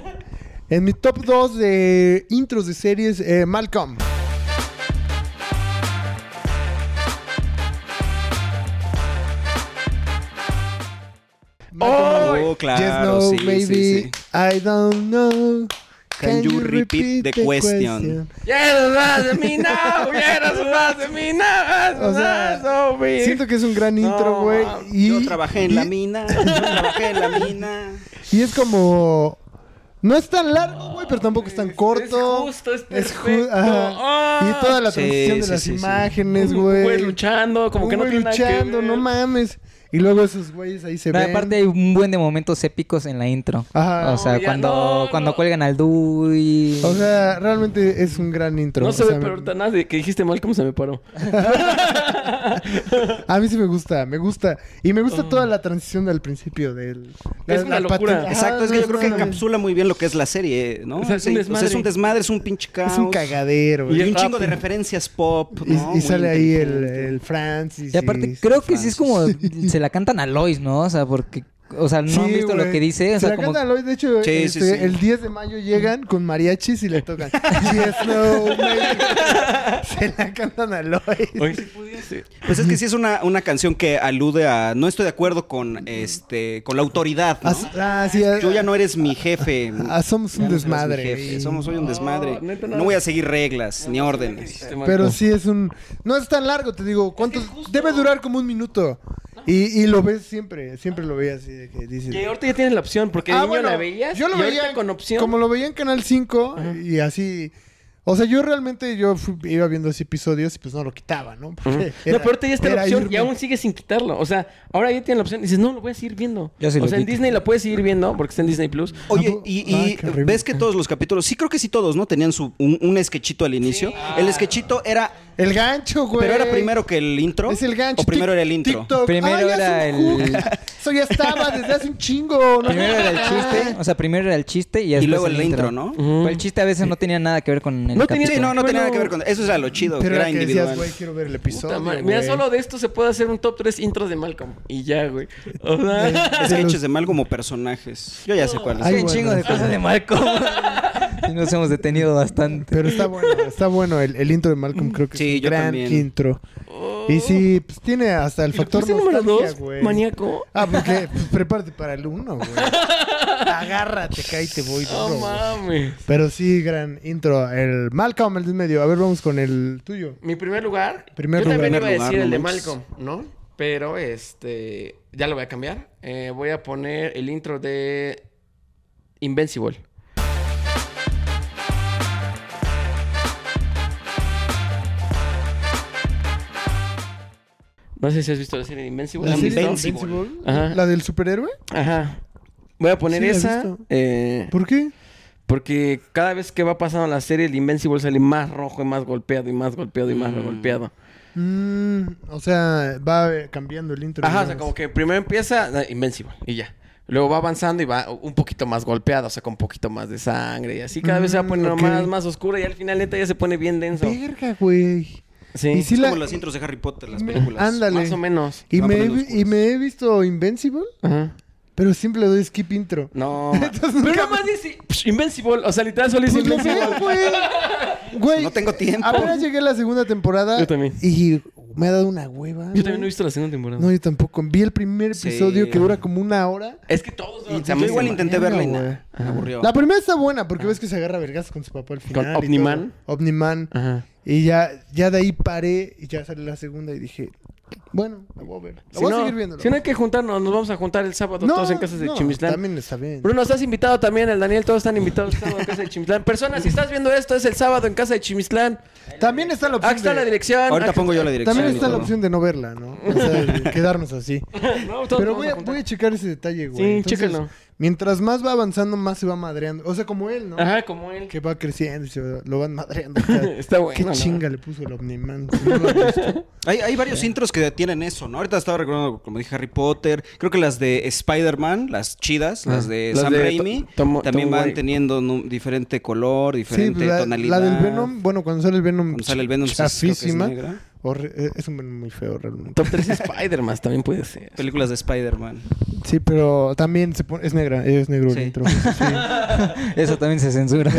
En mi top 2 de intros de series, eh, Malcolm. ¡Oh! Oh, claro, yes, no, sí, maybe. sí, sí. I don't know. Can you repeat the question? Yeah, it's not the me now. Yeah, it's not the me now. O It's sea, not so big. Siento que es un gran No, intro, güey. y, Yo trabajé en la y- mina, yo trabajé en la mina. Y es como. No es tan largo, güey, pero tampoco es tan corto. justo, es ju- perfecto. ajá. Ah. Y toda la Sí, transición de sí, las sí, sí. imágenes, Un güey. luchando, como Un que no güey tiene nada que luchando, ver. no mames. Y luego esos güeyes ahí se No, ven. Ah, aparte hay un buen de momentos épicos en la intro. Ajá. o sea, No, ya cuando, no, cuando no. cuelgan al Dui. O sea, realmente es un gran intro. No se o ve, sea, pero ahorita nada de que dijiste mal, ¿cómo se me paró? A mí sí me gusta, me gusta. Y me gusta toda la transición del principio del... Oh. Es una locura. patin- Exacto, Ah, es que no, yo creo que mames. encapsula muy bien lo que es la serie, ¿no? O sea, es un Sí, desmadre. es un desmadre, es un pinche caos. Es un cagadero. Y güey. un chingo de rápido. referencias pop, Y, ¿no? y Muy sale ahí el, inteligente. el Francis. Y aparte, y- creo que sí es como se la cantan a Lois, ¿no? O sea, porque, o sea, no Sí, han visto lo güey. que dice. Se O sea, la como cantan a Lois, de hecho, Sí, este, sí, sí. el 10 de mayo llegan con mariachis y le tocan. yes, no, maybe. Se la cantan a Lois. Oye, si pudiese. Pues es que sí es una, una canción que alude a no estoy de acuerdo con este con la autoridad, ¿no? As- ah, sí, a- Yo ya no eres mi jefe. ah, somos un Ya no eres mi desmadre, jefe, y- Somos hoy un desmadre. No, neta, no. No voy a seguir reglas ni órdenes. este, Pero sí es un... No es tan largo, te digo. ¿Cuántos? Debe durar como un minuto. Y, y lo ves siempre. Siempre lo veías así de que dices... Que ahorita ya tienes la opción, porque de Ah, niño bueno, la veías. Yo lo y ahorita veía con opción. Como lo veía en Canal 5 y así. O sea, yo realmente yo fui- iba viendo así episodios y pues no lo quitaba, ¿no? Porque no, era- pero ahorita ya está la era opción irme. y aún sigue sin quitarlo. O sea, ahora ya tiene la opción. Dices, no, lo voy a seguir viendo. Yo sí o lo sea, en quito. Disney la puedes seguir viendo porque está en Disney Plus. Oye, y, y Ah, qué horrible. ves que todos los capítulos, sí creo que sí todos, ¿no? Tenían su, un, un sketchito al inicio. El sketchito era, El gancho, güey. pero era primero que el intro. Es el gancho. O primero Tic- era el intro. TikTok. Primero Ay, haz era un el- hook. Eso ya estaba desde hace un chingo. ¿no? primero era el chiste. O sea, primero era el chiste Y y, después luego el intro, ¿no? Pero el chiste a veces no tenía nada que ver con el No tenía- Sí, capítulo. no, no tenía Bueno. nada que ver con eso. era lo chido, Pero que era era que decías, individual. güey, quiero ver el Puta episodio. madre. Mira, güey. solo de esto se puede hacer un top 3 intros de Malcolm. Y ya, güey. O sea, Sketches de mal como personajes. Yo ya sé cuál Hay Oh. Ay, un bueno. chingo de cosas de Malcolm. y nos hemos detenido bastante. Pero está bueno, está bueno. El, el intro de Malcolm creo que Sí, es un yo gran también. intro. Y sí, pues tiene hasta el factor ¿Puse número nostalgia, 2? güey. Maníaco. Ah, porque pues, prepárate para el uno, güey. Agárrate, cae y te voy. No duro, güey. mames. Pero sí, gran intro. El Malcolm, el del medio. A ver, vamos con el tuyo. Mi primer lugar. Primer yo también lugar. iba a decir Primer el de lugar, no Malcolm, ¿no? Pero este. Ya lo voy a cambiar. Eh, voy a poner el intro de. Invincible. No sé si has visto la serie de Invincible. ¿La ¿La han serie visto? de Invencible. Invincible? Ajá. ¿La del superhéroe? Ajá. Voy a poner Sí, la he esa. visto. eh, ¿Por qué? porque cada vez que va pasando la serie, el Invincible sale más rojo y más golpeado y más golpeado y más golpeado. Mm, o sea, va eh, cambiando el intro. Ajá, o digamos. sea, como que primero empieza eh, Invincible y ya. Luego va avanzando y va un poquito más golpeado, o sea, con un poquito más de sangre y así. Cada vez se va Mm, poniendo ok. más, más oscura y al final neta ya se pone bien denso. Verga, güey. Sí, Y sí Es la- como las intros de Harry Potter, las me- películas. ándale. más o menos. Y Va me, he, poniendo vi- oscuras. y me he visto Invincible, Ajá. pero siempre le doy skip intro. No. Entonces pero nunca- nada más dice "Psh, Invincible, o sea, literal solo dice Pues lo Invincible. veo, güey. Güey, No tengo tiempo. Apenas llegué a la segunda temporada. Yo también. Y me ha dado una hueva. Yo güey. también no he visto la segunda temporada. No, yo tampoco. Vi el primer Sí. episodio que dura como una hora. Es que todos. Y o sea, a mí yo se igual me- intenté Verga, verla y güey. nada, me aburrió. La primera está buena porque ves que se agarra a vergas con su papá al final. Ah. Con y todo. Omniman. Ah. Omniman. Ajá. Y ya, ya de ahí paré y ya sale la segunda y dije, Bueno, la voy a ver. La Si voy no, a seguir viendo. si no hay que juntarnos, nos vamos a juntar el sábado todos en casas de Chimislán. También está bien. Bruno, estás invitado también, el Daniel, todos están invitados el sábado en casa de Chimislán. Personas, si estás viendo esto, es el sábado en casa de Chimislán. También está la opción. Aquí Ah, está la de- dirección. Ahorita aquí- pongo yo la dirección. También y está la todo. opción de no verla, ¿no? O sea, de quedarnos así. No, todos Pero vamos voy a a, juntar. voy a checar ese detalle, güey. Sí, Entonces, chécalo. Mientras más va avanzando, más se va madreando. O sea, como él, ¿no? Ajá, como él. Que va creciendo y se va- lo van madreando. o sea, Está bueno, Qué ¿no? chinga le puso el Omniman. si no lo has visto. Hay, hay varios intros que tienen eso, ¿no? Ahorita estaba recordando, como dije, Harry Potter. Creo que las de Spider-Man, las chidas, las Ah, de Las Sam de Raimi, To- Tom- también Tom van White. teniendo nu- diferente color, Sí, pues, diferente la, la tonalidad. del Venom. Bueno, cuando sale el Venom. Cuando sale el Venom, sí, creo que es Chafísima. negra. Horri- eh, es un Venom muy feo, realmente. Top 3 Spider-Man también puede ser. Películas de Spider-Man. Sí, pero también se pone- es negra. Es negro Sí. el intro. Sí. Eso también se censura.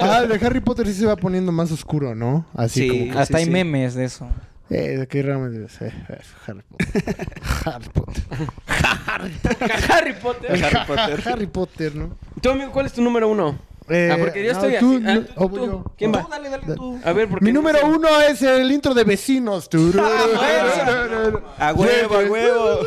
Ah, el de Harry Potter sí se va poniendo más oscuro, ¿no? Así Sí. como Hasta sí, hay sí. memes de eso. Eh, ¿de qué rama es? Eh, eh, Harry Potter. Harry Potter. Harry Potter. Harry Potter. Harry Potter, ¿no? Tú, amigo, ¿cuál es tu número uno? Eh, ah, porque yo no, estoy tú, así. Ah, no, tú, o tú, voy yo. Oh, ¿Quién va? Tú, dale, dale tú. A ver, porque... Mi no número sé. uno es el intro de vecinos. A huevo, a huevo.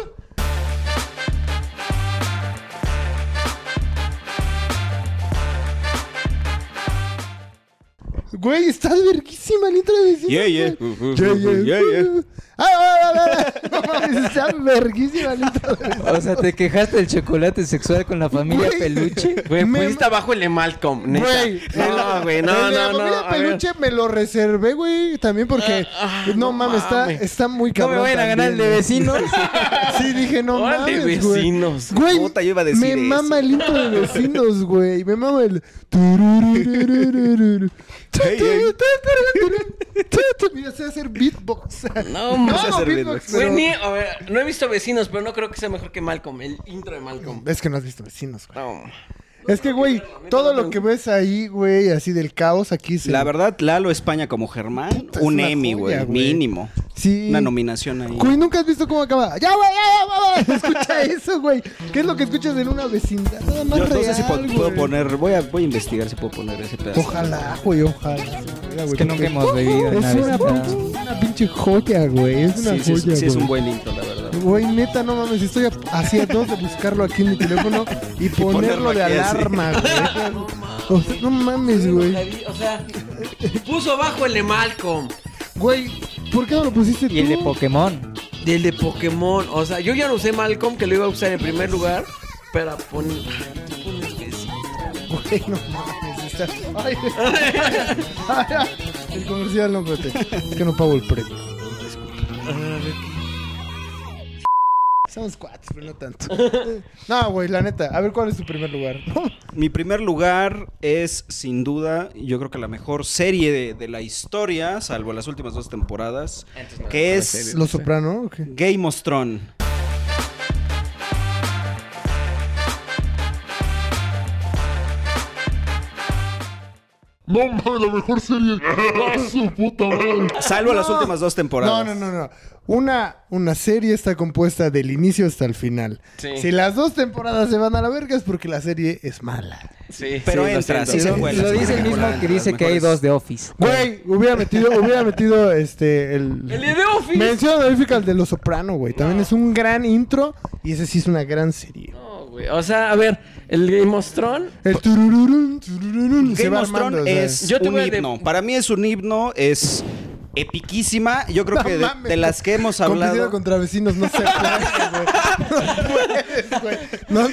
Güey, está verguísima el intro de vecinos. Yeah, yeah. güey. Yeah, yeah. Yeah, yeah. Ah, ah, ah, ah. No mames, está verguísima el intro de vecinos. O sea, te quejaste del chocolate sexual con la familia Güey. peluche. Güey, Me- fuiste Pues abajo el de Malcolm, neta. Güey, no, güey, no, el de la no, no. familia a ver. peluche me lo reservé, güey. También porque. Ah, ah, no, no mames, está, mames. está muy ¿Cómo cabrón. me vayan a ganar el de también, güey. vecinos? Sí, dije, no Órale, mames, vecinos. güey. Güey, Puta, yo iba a decir me eso. mama el intro de vecinos, güey. Me mama el... tururururururu. Hey, hey. Mira, sé hacer beatbox. No, mames. sé hacer beatbox. Güey, pero- ni- a ver, no he visto vecinos, pero no creo que sea mejor que Malcolm, el intro de Malcolm. Es que no has visto vecinos, güey. No. Es que, güey, todo lo que ves ahí, güey, así del caos, aquí se... La verdad, Lalo España como Germán, Puta, es un una Emmy, joya, güey, güey. mínimo. Sí. Una nominación ahí. Güey, nunca has visto cómo acaba. Ya, güey, ya, ya, ya, Escucha eso, güey. ¿Qué es lo que escuchas en una vecindad? Nada más Yo no sé real, si po- güey. puedo poner, voy a, voy a investigar si puedo poner ese pedazo. Ojalá, güey, ojalá. Mira, güey, que nunca porque- hemos bebido en Es una, una pinche, vecindad. una pinche joya, güey. Es Sí, una sí, sí, joya, sí, es un güey. buen intro, la verdad. Güey, neta, no mames, estoy a- así a dos de buscarlo aquí en mi teléfono y ponerlo de aquí así. alarma, güey. O sea, no mames, güey. O sea, puso abajo el de Malcolm, Güey, ¿por qué no lo pusiste tú? Y el de Pokémon. del de Pokémon. O sea, yo ya no usé Malcolm, que lo iba a usar en primer lugar, pero poner... Güey, no mames, está... Ay, el comercial no, espérate. Es que no pago el premio. Somos cuatro, pero no tanto. No, güey, la neta. A ver, ¿cuál es tu primer lugar? Mi primer lugar es, sin duda, yo creo que la mejor serie de, de la historia, salvo las últimas dos temporadas, que es ¿Lo soprano? o qué? Game of Thrones. No mames, la mejor serie. ¡Ah, su puta madre! Salvo las últimas dos temporadas. No, no, no, no. Una, una serie está compuesta del inicio hasta el final. Sí. Si las dos temporadas se van a la verga es porque la serie es mala. Sí, Pero sí, lo entra, siento. sí, Lo, se fue, lo las dice el mismo mejores, que las dice que hay mejores. dos de Office. Güey, hubiera metido, hubiera metido este el. El de The Office. Mención honorífica al de Los Soprano, güey. También es un gran intro y ese sí es una gran serie. No, güey. O sea, a ver, el Game of Thrones, El turururun, turururun, se Game va of armando, Thrones o sea. es Yo te un voy a de- himno. Para mí es un himno, es epiquísima. Yo creo No que de, mames, de las que hemos compitiendo hablado. contra vecinos no se puede, güey. No, puedes, güey. no,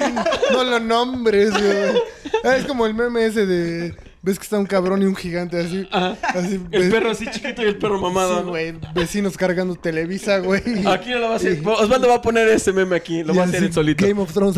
no lo nombres, güey. Es como el meme ese de... ¿Ves que está un cabrón y un gigante así? así el ve- perro así chiquito y el perro mamado. pues. Sí, güey. Vecinos cargando Televisa, güey. Aquí no lo va a hacer. Osvaldo va a poner este meme aquí, lo Y va a hacer así, él solito. Game of Thrones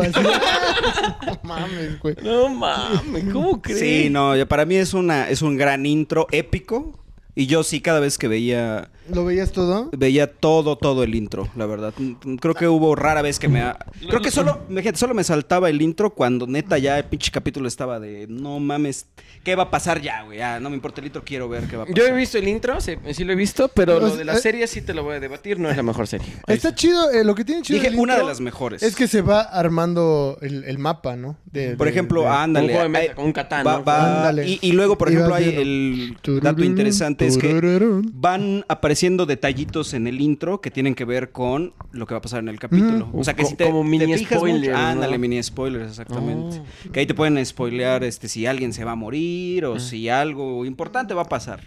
así. no mames, güey. No mames, ¿cómo crees? Sí, no, ya para mí es una es un gran intro épico y yo sí cada vez que veía ¿Lo veías todo? veía todo todo el intro, la verdad. Mm, mm, Creo que hubo rara vez que me ha- creo que solo imagínate, solo me saltaba el intro cuando neta ya el pinche capítulo estaba de no mames, ¿qué va a pasar ya, güey? Ah, no me importa el intro, quiero ver qué va a pasar. Yo he visto el intro, sí, sí lo he visto, pero Pues, lo de la eh, serie sí te lo voy a debatir, no es la mejor serie. Está chido, eh, lo que tiene chido Dije del una intro de las mejores. Es que se va armando el, el mapa, ¿no? De- Por de- ejemplo, de- ándale. Un juego de mesa eh, con un Catán, va- ¿no? va- Ándale. y, y luego, por Y ejemplo, vas hay viendo. el dato interesante es que Turururún. van apareciendo detallitos en el intro que tienen que ver con lo que va a pasar en el capítulo. Ujú. O sea, que Co- si te, como te mini fijas mucho- spoilers, Ah, ándale, ¿no? Oh. mini spoilers, exactamente. Que ahí te pueden spoilear este, si alguien se va a morir Ah. o si algo importante va a pasar.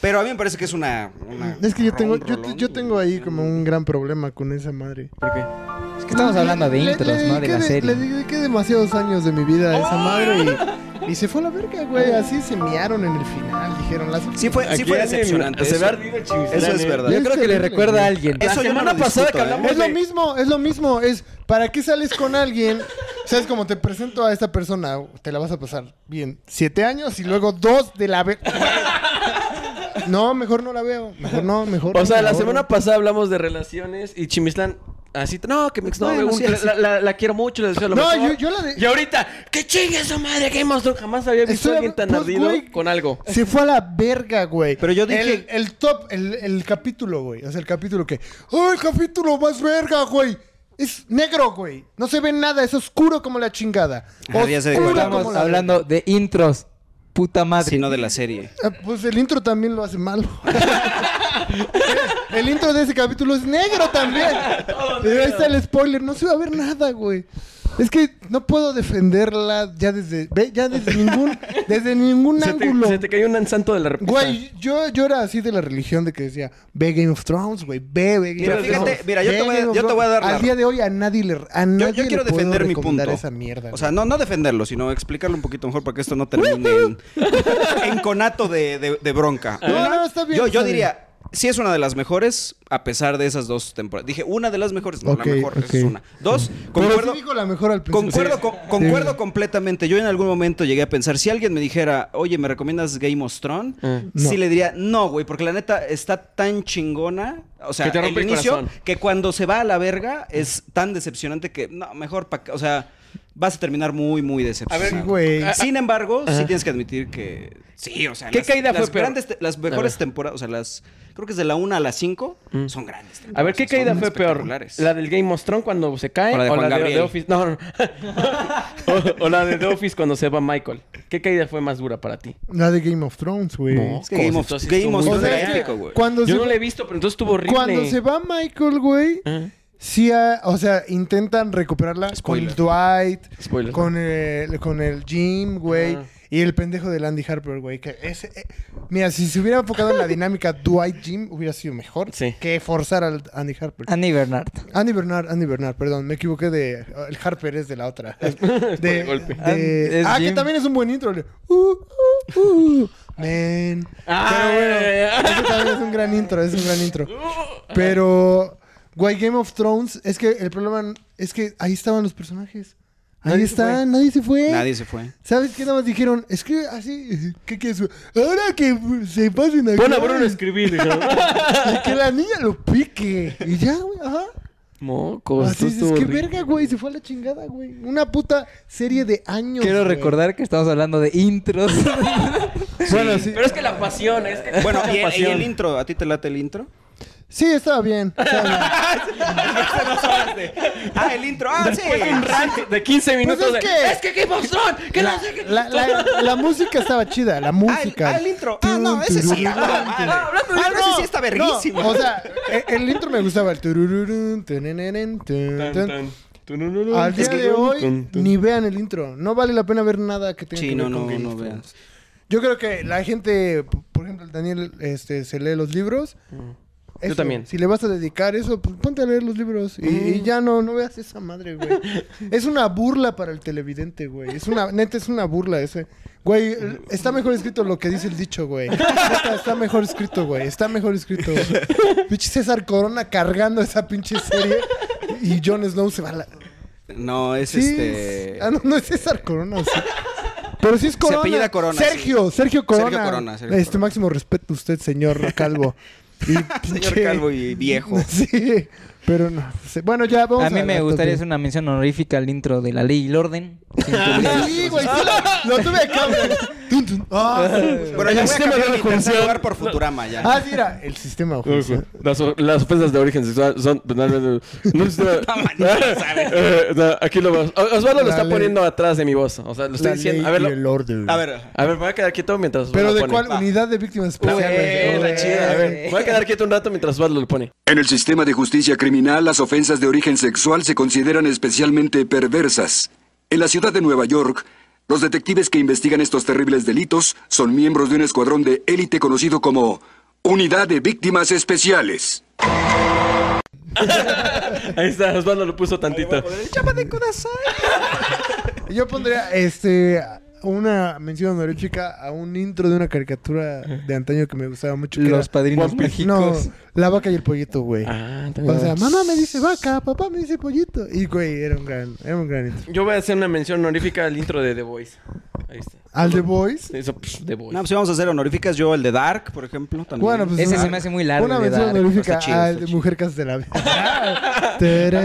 Pero a mí me parece que es una... una Es que yo tengo, ron- yo, rolón, yo tengo ahí ¿no? como un gran problema con esa madre. ¿Por qué? Es que estamos hablando de Le- intros, le ¿no? De dediqué la de- Le serie. dediqué demasiados años de mi vida a esa madre y, y se fue a la verga, güey. Así se mearon en el final. Dijeron las. Sí fue, sí fue Aquí alguien decepcionante. Se eso. ve ardido el Chimislán, Eso es ¿eh? verdad. Yo creo que le terrible, recuerda güey. a alguien. Eso yo no semana lo pasada que discuto, ¿eh? hablamos Es lo de- mismo, es lo mismo. Es para qué sales con alguien. ¿Sabes cómo te presento a esta persona? Te la vas a pasar bien. Siete años y luego dos de la vez. No, mejor no la veo. Mejor no, mejor. O sea, no, la mejor semana no. pasada hablamos de relaciones y Chimislán así, no, que mi exnovia, Bueno, un- sí, la, sí. la- la- la quiero mucho, le deseo lo No, mejor. yo- yo la de- Y ahorita, que chingue su madre, qué monstruo, jamás había visto Estoy a alguien tan pues, ardido güey, con algo. Se fue a la verga, güey. Pero yo dije- El, el top, el, el capítulo, güey. O sea, el capítulo que. ¡Oh, el capítulo más verga, güey! Es negro, güey. No se ve nada, es oscuro como la chingada. Ah, ya sé de cuál Oscuro Estamos como la- hablando de intros. Puta madre. Sino de la serie. Ah, Pues el intro también lo hace malo. Eh, el intro de ese capítulo es negro también. Pero ahí está el spoiler, no se va a ver nada, güey. Es que no puedo defenderla ya desde, ve, ya desde ningún, desde ningún Se te, ángulo. se te cayó un santo de la repisa. Güey, yo, yo era así de la religión de que decía, ve Game of Thrones, güey, ve, ve Game Mira, of fíjate, Thrones. mira, yo ve te voy a- Game of yo te Thrones". voy a dar la- Al día de hoy a nadie le, a Yo, nadie yo quiero le puedo defender mi recomendar punto. esa mierda. o güey. sea, no, no defenderlo, sino explicarlo un poquito mejor para que esto no termine en, en conato de, de- de bronca. Ah, No, Una, no, está bien, Yo, yo está diría, sí es una de las mejores, a pesar de esas dos temporadas. Dije, una de las mejores, no, Ok, la mejor, esa ok. es una. Dos, Pero concuerdo, sí dijo la mejor al principio. concuerdo, Sí. con- concuerdo completamente. Yo en algún momento llegué a pensar, si alguien me dijera, oye, ¿me recomiendas Game of Thrones? Ah. No. Sí le diría, no, güey, porque la neta está tan chingona. O sea, Que te el rompe el inicio, corazón. que cuando se va a la verga es tan decepcionante que, no, mejor, pa- o sea, vas a terminar muy, muy decepcionado. Ah, Sí, güey. Sin embargo, sí tienes que admitir que, sí, o sea, ¿Qué las, caída las fue peor? grandes te- las mejores temporadas, o sea, las, creo que es de la 1 a la 5, son grandes. Mm. A ver, ¿qué temporadas, caída son fue peor? espectaculares. ¿La del Game of Thrones cuando se cae? O la de Juan la Gabriel. The Office? No, no. o, o la de The Office cuando se va Michael. ¿Qué caída fue más dura para ti? La de Game of Thrones, güey. No. Es que Game of, Entonces, Game of estuvo O Thrones sea, era es que épico, güey. cuando Yo se- no la he visto, pero entonces estuvo horrible. Cuando se va Michael, güey, Ajá. sí, ah, o sea, intentan recuperarla Spoiler. con el Dwight, Spoiler. Ah. con el, con el Jim, güey, Ajá. y el pendejo de Andy Harper, güey. que ese- eh, mira, si se hubiera enfocado en la dinámica Dwight-Jim, hubiera sido mejor Sí. que forzar al Andy Harper. Annie Bernard. Andy Bernard, Andy Bernard, perdón, me equivoqué de. ah, El Harper es de la otra. De, golpe. de- Es ah, que Jim. también es un buen intro. le- Uh, uh, uh, man. Ah, Pero ya, bueno, ya, Uh. ya. ese también es un gran intro, es un gran intro. Pero, güey, Game of Thrones, es que el problema es que ahí estaban los personajes. Ahí Nadie se están, fue. nadie se fue. Nadie se fue. ¿Sabes qué? Nada más dijeron, escribe así, ¿qué quieres? Ahora que se pasen aquí. Pon a Bruno a escribir. dijeron. Y que la niña lo pique. Y ya, güey, ajá. Mocos. esto Así Ah, Pues es, es estuvo que horrible. verga, güey, se fue a la chingada, güey. Una puta serie de años. Quiero güey. recordar que estamos hablando de intros. Bueno, sí. Pero es que la pasión, es que Bueno, la y el, y pasión. el intro, ¿a ti te late el intro? Sí, estaba bien. estaba bien. Este ah, el intro, ah, sí. Después de un rant de 15 minutos Pues es de, que- es que Game of Thrones, que no La, sé qué- la- la- la música estaba chida, la música. ah, el intro. Ah, no, ese sí. Turururun, Ah, turururun. no, hablando de Ah, intro, ese sí está verguísima. no, o sea, e- el, intro me gustaba. El turururun, tunenenen, tun, tun. Al día de hoy, ni vean el intro. No vale la pena ver nada que tenga Sí, que ver no, con no, Game no of veas. Thrones. Yo creo que la gente, p- por ejemplo, el Daniel este, se lee los libros. Mm. Eso, también. Si le vas a dedicar eso, pues ponte a leer los libros. Y, Mm. y ya no, no veas esa madre, güey. es una burla para el televidente, güey. Es una, neta, es una burla ese. Güey, el- está mejor escrito lo que dice el dicho, güey. Neta, está mejor escrito, güey. Está mejor escrito. güey. pinche César Corona cargando esa pinche serie. Y Jon Snow se va a la... No, es Sí. este. Ah, no, no es César Corona, sí. Pero sí es Corona. apellida Corona, Sergio, Sergio Corona. Sergio Corona, Sergio este Corona. máximo respeto a usted, señor Calvo. Y, Señor pinche- calvo y viejo. Sí. Pero no. sé. Bueno, ya vamos A mí la me top gustaría 10. hacer una mención honorífica al intro de La Ley y el Orden. Sí, güey, sí lo, lo tuve acá, güey. Tun, tun. Ah, Bueno, ya voy a sistema cambiar de mi tercer judicial. lugar por Futurama ya. Ah, sí, mira, el sistema judicial. Las, las ofensas de origen sexual son penalmente. No, Eh, no, aquí lo vamos. O- Osvaldo lo está Dale. poniendo atrás de mi voz. O sea, lo está La diciendo. ley A ver, y lo- el orden. A ver, a ver, me voy a quedar quieto mientras. Pero lo ¿de pone. cuál? Va. Unidad de víctimas especiales. Eh, la güey. chida. A ver, me voy a quedar quieto un rato mientras Osvaldo lo pone. En el sistema de justicia criminal, las ofensas de origen sexual se consideran especialmente perversas. En la ciudad de Nueva York, los detectives que investigan estos terribles delitos son miembros de un escuadrón de élite conocido como Unidad de Víctimas Especiales. Ahí está, Osvaldo lo puso tantito. Yo pondría este una mención honorífica a un intro de una caricatura de antaño que me gustaba mucho. que Los era- padrinos One Piece. No, mágicos. la vaca y el pollito, güey. Ah, o sea, también. mamá me dice vaca, papá me dice pollito. Y güey, era un gran, era un gran intro. Yo voy a hacer una mención honorífica al intro de The Voice. Ahí está. Al The Boys. Eso, pff, The Voice. no, pues sí vamos a hacer honoríficas. Yo el de Dark, por ejemplo, también. Bueno, pues Ese una- se me hace muy largo, Una de mención dar. honorífica Está chido, al está de chido. Mujer Casa de la Vida. El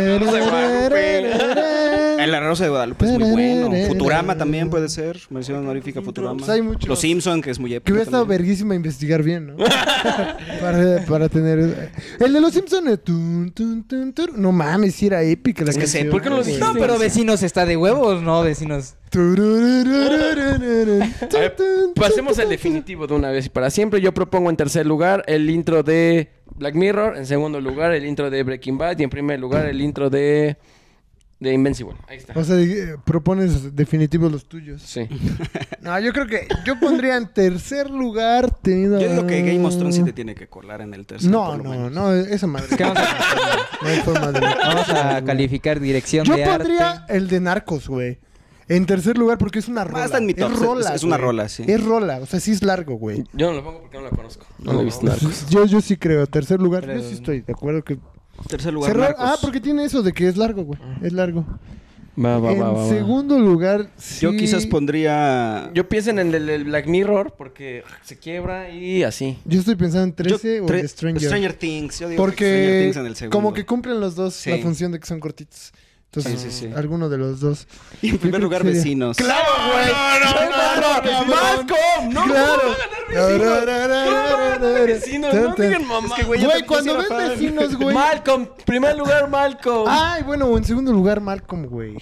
Arroz de Guadalupe es muy bueno. Tararara. Futurama también puede ser. Mención honorífica Futurama. Pues hay muchos. Los Simpson, que es muy épico. Que hubiera estado también. verguísima investigar bien, ¿no? para, para tener. El de los Simpsons. eh, tun, tun, tun, tun. No mames, sí era épica la Es que sé, canción. ¿por qué no lo güey. dijiste? No, pero vecinos está de huevos, ¿no? Vecinos. Turururururururun, A ver, tun, pasemos tun, tun, al tun, Pues, definitivo de una vez y para siempre. Yo propongo en tercer lugar el intro de Black Mirror, en segundo lugar el intro de Breaking Bad y en primer lugar el intro de, de Invincible. Ahí está. tun. O sea, eh, propones definitivos los tuyos. Sí. No, yo creo que yo pondría en tercer lugar tenido. Yo digo que Game of Thrones sí te tiene que colar en el tercer. No, por lo no, menos. no, esa madre. ¿Qué vamos a, No hay forma de. vamos a calificar dirección Yo de pondría arte. el de Narcos, güey. En tercer lugar, porque es una rola. está en mi top, Es, rola, es- es una güey. rola, sí. Es rola, o sea, sí es largo, güey. Yo no lo pongo porque no lo conozco. No, lo he visto Narcos. Yo, yo sí creo, tercer lugar. Pero- Yo sí estoy de acuerdo que. Tercer lugar. Cerrar- Narcos. Ah, porque tiene eso de que es largo, güey. Ah. Es largo. Va, Ah, va, en va, va, va. segundo lugar, sí. Yo quizás pondría. Yo pienso en el, del del Black Mirror porque se quiebra y así. Yo estoy pensando en yo- 13 o tre- el de Stranger. Stranger Things. Yo digo que Stranger porque Things en el segundo. como que cumplen los dos la Sí. función de que son cortitos. Entonces, Sí, sí, sí. alguno de los dos. Y en primer Yo creo lugar, que sería- vecinos. ¡Claro, güey! ¡Claro, cabrón! ¡Claro! Vecinos, no digan mamá. Es que, güey, yo Güey, también cuando soy ves una fan. vecinos, güey. Ah. Malcolm, primer lugar Malcolm. Ay, bueno, en segundo lugar, Malcolm, güey.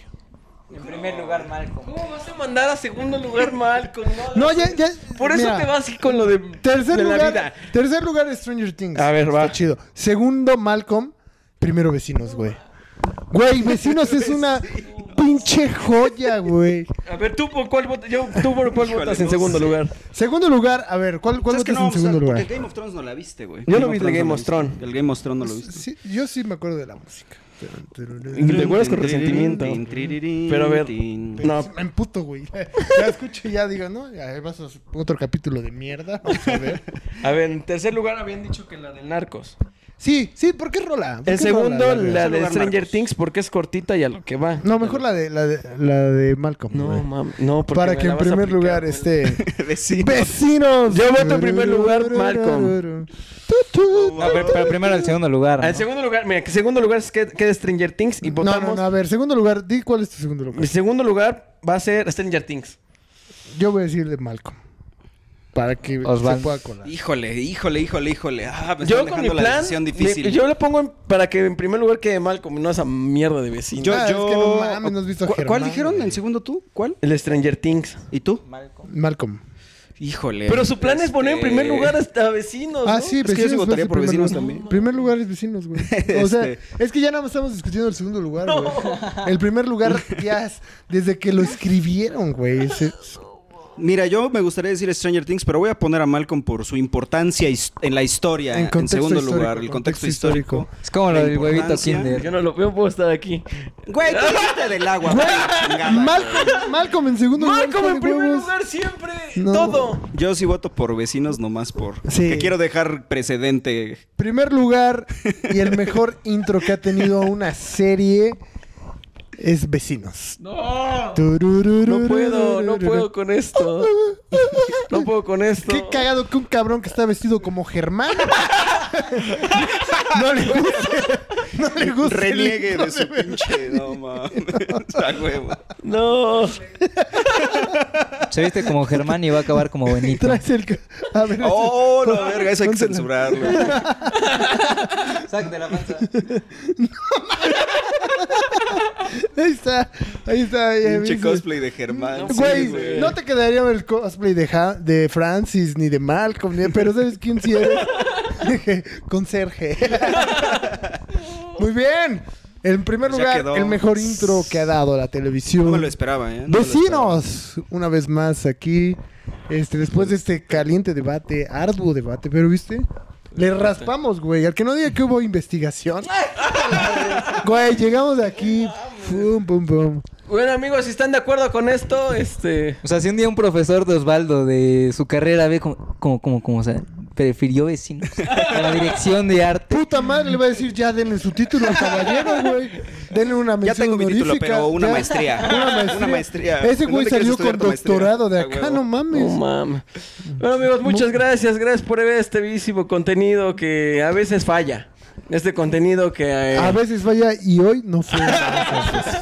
En primer lugar, Malcolm. ¿Cómo vas a mandar a segundo lugar Malcolm? No, ya, ya. Por eso mira, te vas así con lo de Tercer de la lugar. vida. Tercer lugar, Stranger Things. A ver, Está va. chido. Segundo, Malcolm. Primero, vecinos, güey. Güey, vecinos es una pinche joya, güey. A ver, tú por cuál votas, yo tú por cuál Híjole, votas en no segundo sé. lugar. Segundo lugar, a ver, ¿cuál, cuál ¿Sabes que votas no en vamos a- segundo lugar? Porque Game of Thrones no la viste, güey. Yo no of vi el Thrones Game la of viste. Thrones. El Game of Thrones no lo viste. Sí, yo sí me acuerdo de la música. Te acuerdas con resentimiento. Tin, tirirín, Pero a ver, tin. no. Me emputo, güey. La escucho y ya digo, ¿no? Ya vas a hacer otro capítulo de mierda. Vamos a ver. A ver, en tercer lugar habían dicho que la del Narcos. Sí, sí, ¿por qué rola? ¿Por qué En segundo rola, la Tercer de lugar, Stranger Narcos. Things porque es cortita y a lo que va. No, mejor la de, la de, la de Malcolm. No, güey. mami, no, porque Para me que la en vas a primer aplicar, lugar este, güey. esté... Vecinos. ¡Vecinos! Yo voto en primer lugar Malcolm. Tu, tu, No, pero, pero primero el segundo lugar. Al ¿no? segundo lugar, mira, que segundo lugar es que queda Stranger Things y tu. No, votamos. no, no, a ver, segundo lugar, di cuál es tu segundo Mi lugar. segundo lugar va a ser Stranger Things. Yo voy a decir de Malcolm. Para que Osvaldo. se pueda colar. Híjole, híjole, híjole, híjole. Ah, me Yo están con mi dejando la plan, decisión mi- difícil. yo le pongo en- para que en primer lugar quede mal como no esa mierda de vecino. Yo, Ah, es yo... que no mames, no has visto a ¿Cu- ¿Cuál, Germán, dijeron güey. en segundo tú? ¿Cuál? El Stranger Things. ¿Y tú? Malcolm. Híjole. este, Pero su plan es poner en primer lugar hasta a vecinos. Ah, ¿no? sí, Es que yo sí vecinos. votaría fue por primer vecinos lugar. también. Primer lugar es vecinos, güey. O sea, Este. es que ya no estamos discutiendo el segundo lugar, güey. El primer lugar ya es desde que lo escribieron, güey. Ese- Mira, yo me gustaría decir Stranger Things, pero voy a poner a Malcolm por su importancia his- en la historia. En, segundo histórico, lugar, el contexto histórico. Es como lo La del huevito importancia. Yo Kinder. no lo veo, puedo estar aquí. Güey, tú dijiste del agua. güey. Chingada, güey. Malcolm, Malcolm en segundo lugar. Malcolm en está de primer huevos. lugar siempre. No. Todo. Yo sí voto por vecinos nomás por... Sí. Que quiero dejar precedente. Primer lugar y el mejor intro que ha tenido una serie es Vecinos. No. Turururururu. No puedo, no puedo con esto. No puedo con esto. Qué cagado que un cabrón que está vestido como Germán No le gusta. No le gusta. el Reniegue intro de su pinche. No mames. Está huevo. No. Se viste como Germán y va a acabar como Benito. Traes el... ca- A ver, Oh, no, verga, eso hay que censurarlo. Sac de la panza. ahí está. Ahí está. ya Pinche viste. cosplay de Germán. sí, Güey, no te quedaría el cosplay de, Ja- de Francis ni de Malcolm, ni- pero ¿sabes quién sí eres? Conserje. Muy bien. En primer Ya lugar, quedó. el mejor intro que ha dado la televisión. No me lo esperaba, ¿eh? No me lo esperaba. Vecinos, una vez más aquí, este, después de este caliente debate, arduo debate, pero viste, le raspamos, güey, al que no diga que hubo investigación. güey, llegamos de aquí, pum, pum, pum. Bueno, amigos, si están de acuerdo con esto, este. O sea, si un día un profesor de Osvaldo de su carrera ve como, como, como, como, o sea, prefirió vecinos a la dirección de arte. Puta madre, le va a decir, ya denle su título al caballero, güey. Denle una Ya mención tengo mi título, honorífica, pero una ya. maestría. Una maestría. Una maestría. Ese ¿En güey dónde quieres salió estudiar con tu maestría? doctorado de A acá, huevo. no mames. No mames. Bueno, amigos, muchas gracias. Gracias por ver este bellísimo contenido que a veces falla. Este contenido que. eh, A veces vaya, y hoy no fue. una de esas veces.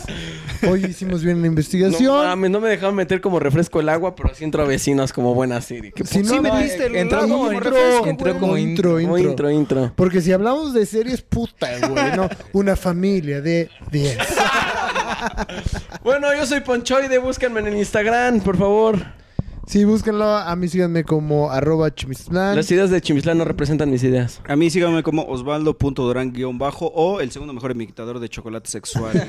Hoy hicimos bien la no, investigación. mames, no me dejaron meter como refresco el agua, pero sí entro a vecinos como buena serie. Qué Si puto- no, Sí no, metiste el entró logo, como el intro, refresco, entró güey. como intro, como intro. intro, intro. Porque si hablamos de series, puta, güey, no. Una familia de 10. Bueno, yo soy Ponchoide, búsquenme en el Instagram, por favor. Sí, búsquenlo. A mí síganme como arroba chimislán. Las ideas de Chimislán no representan mis ideas. A mí síganme como osvaldo.durán-bajo o el segundo mejor imitador de chocolate sexual.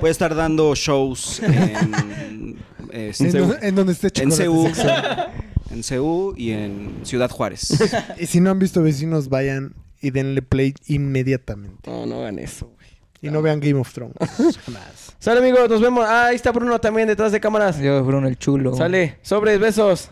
Voy a estar dando shows en... este, En, do- en donde esté en Chocolate CU. Sexual. En CU y en Ciudad Juárez. Y si no han visto vecinos, vayan y denle play inmediatamente. No, no hagan eso, güey. Y no vean Game of Thrones. Sale, amigos, nos vemos. Ah, ahí está Bruno también detrás de cámaras. Yo, Bruno el Chulo. Sale, sobres, besos.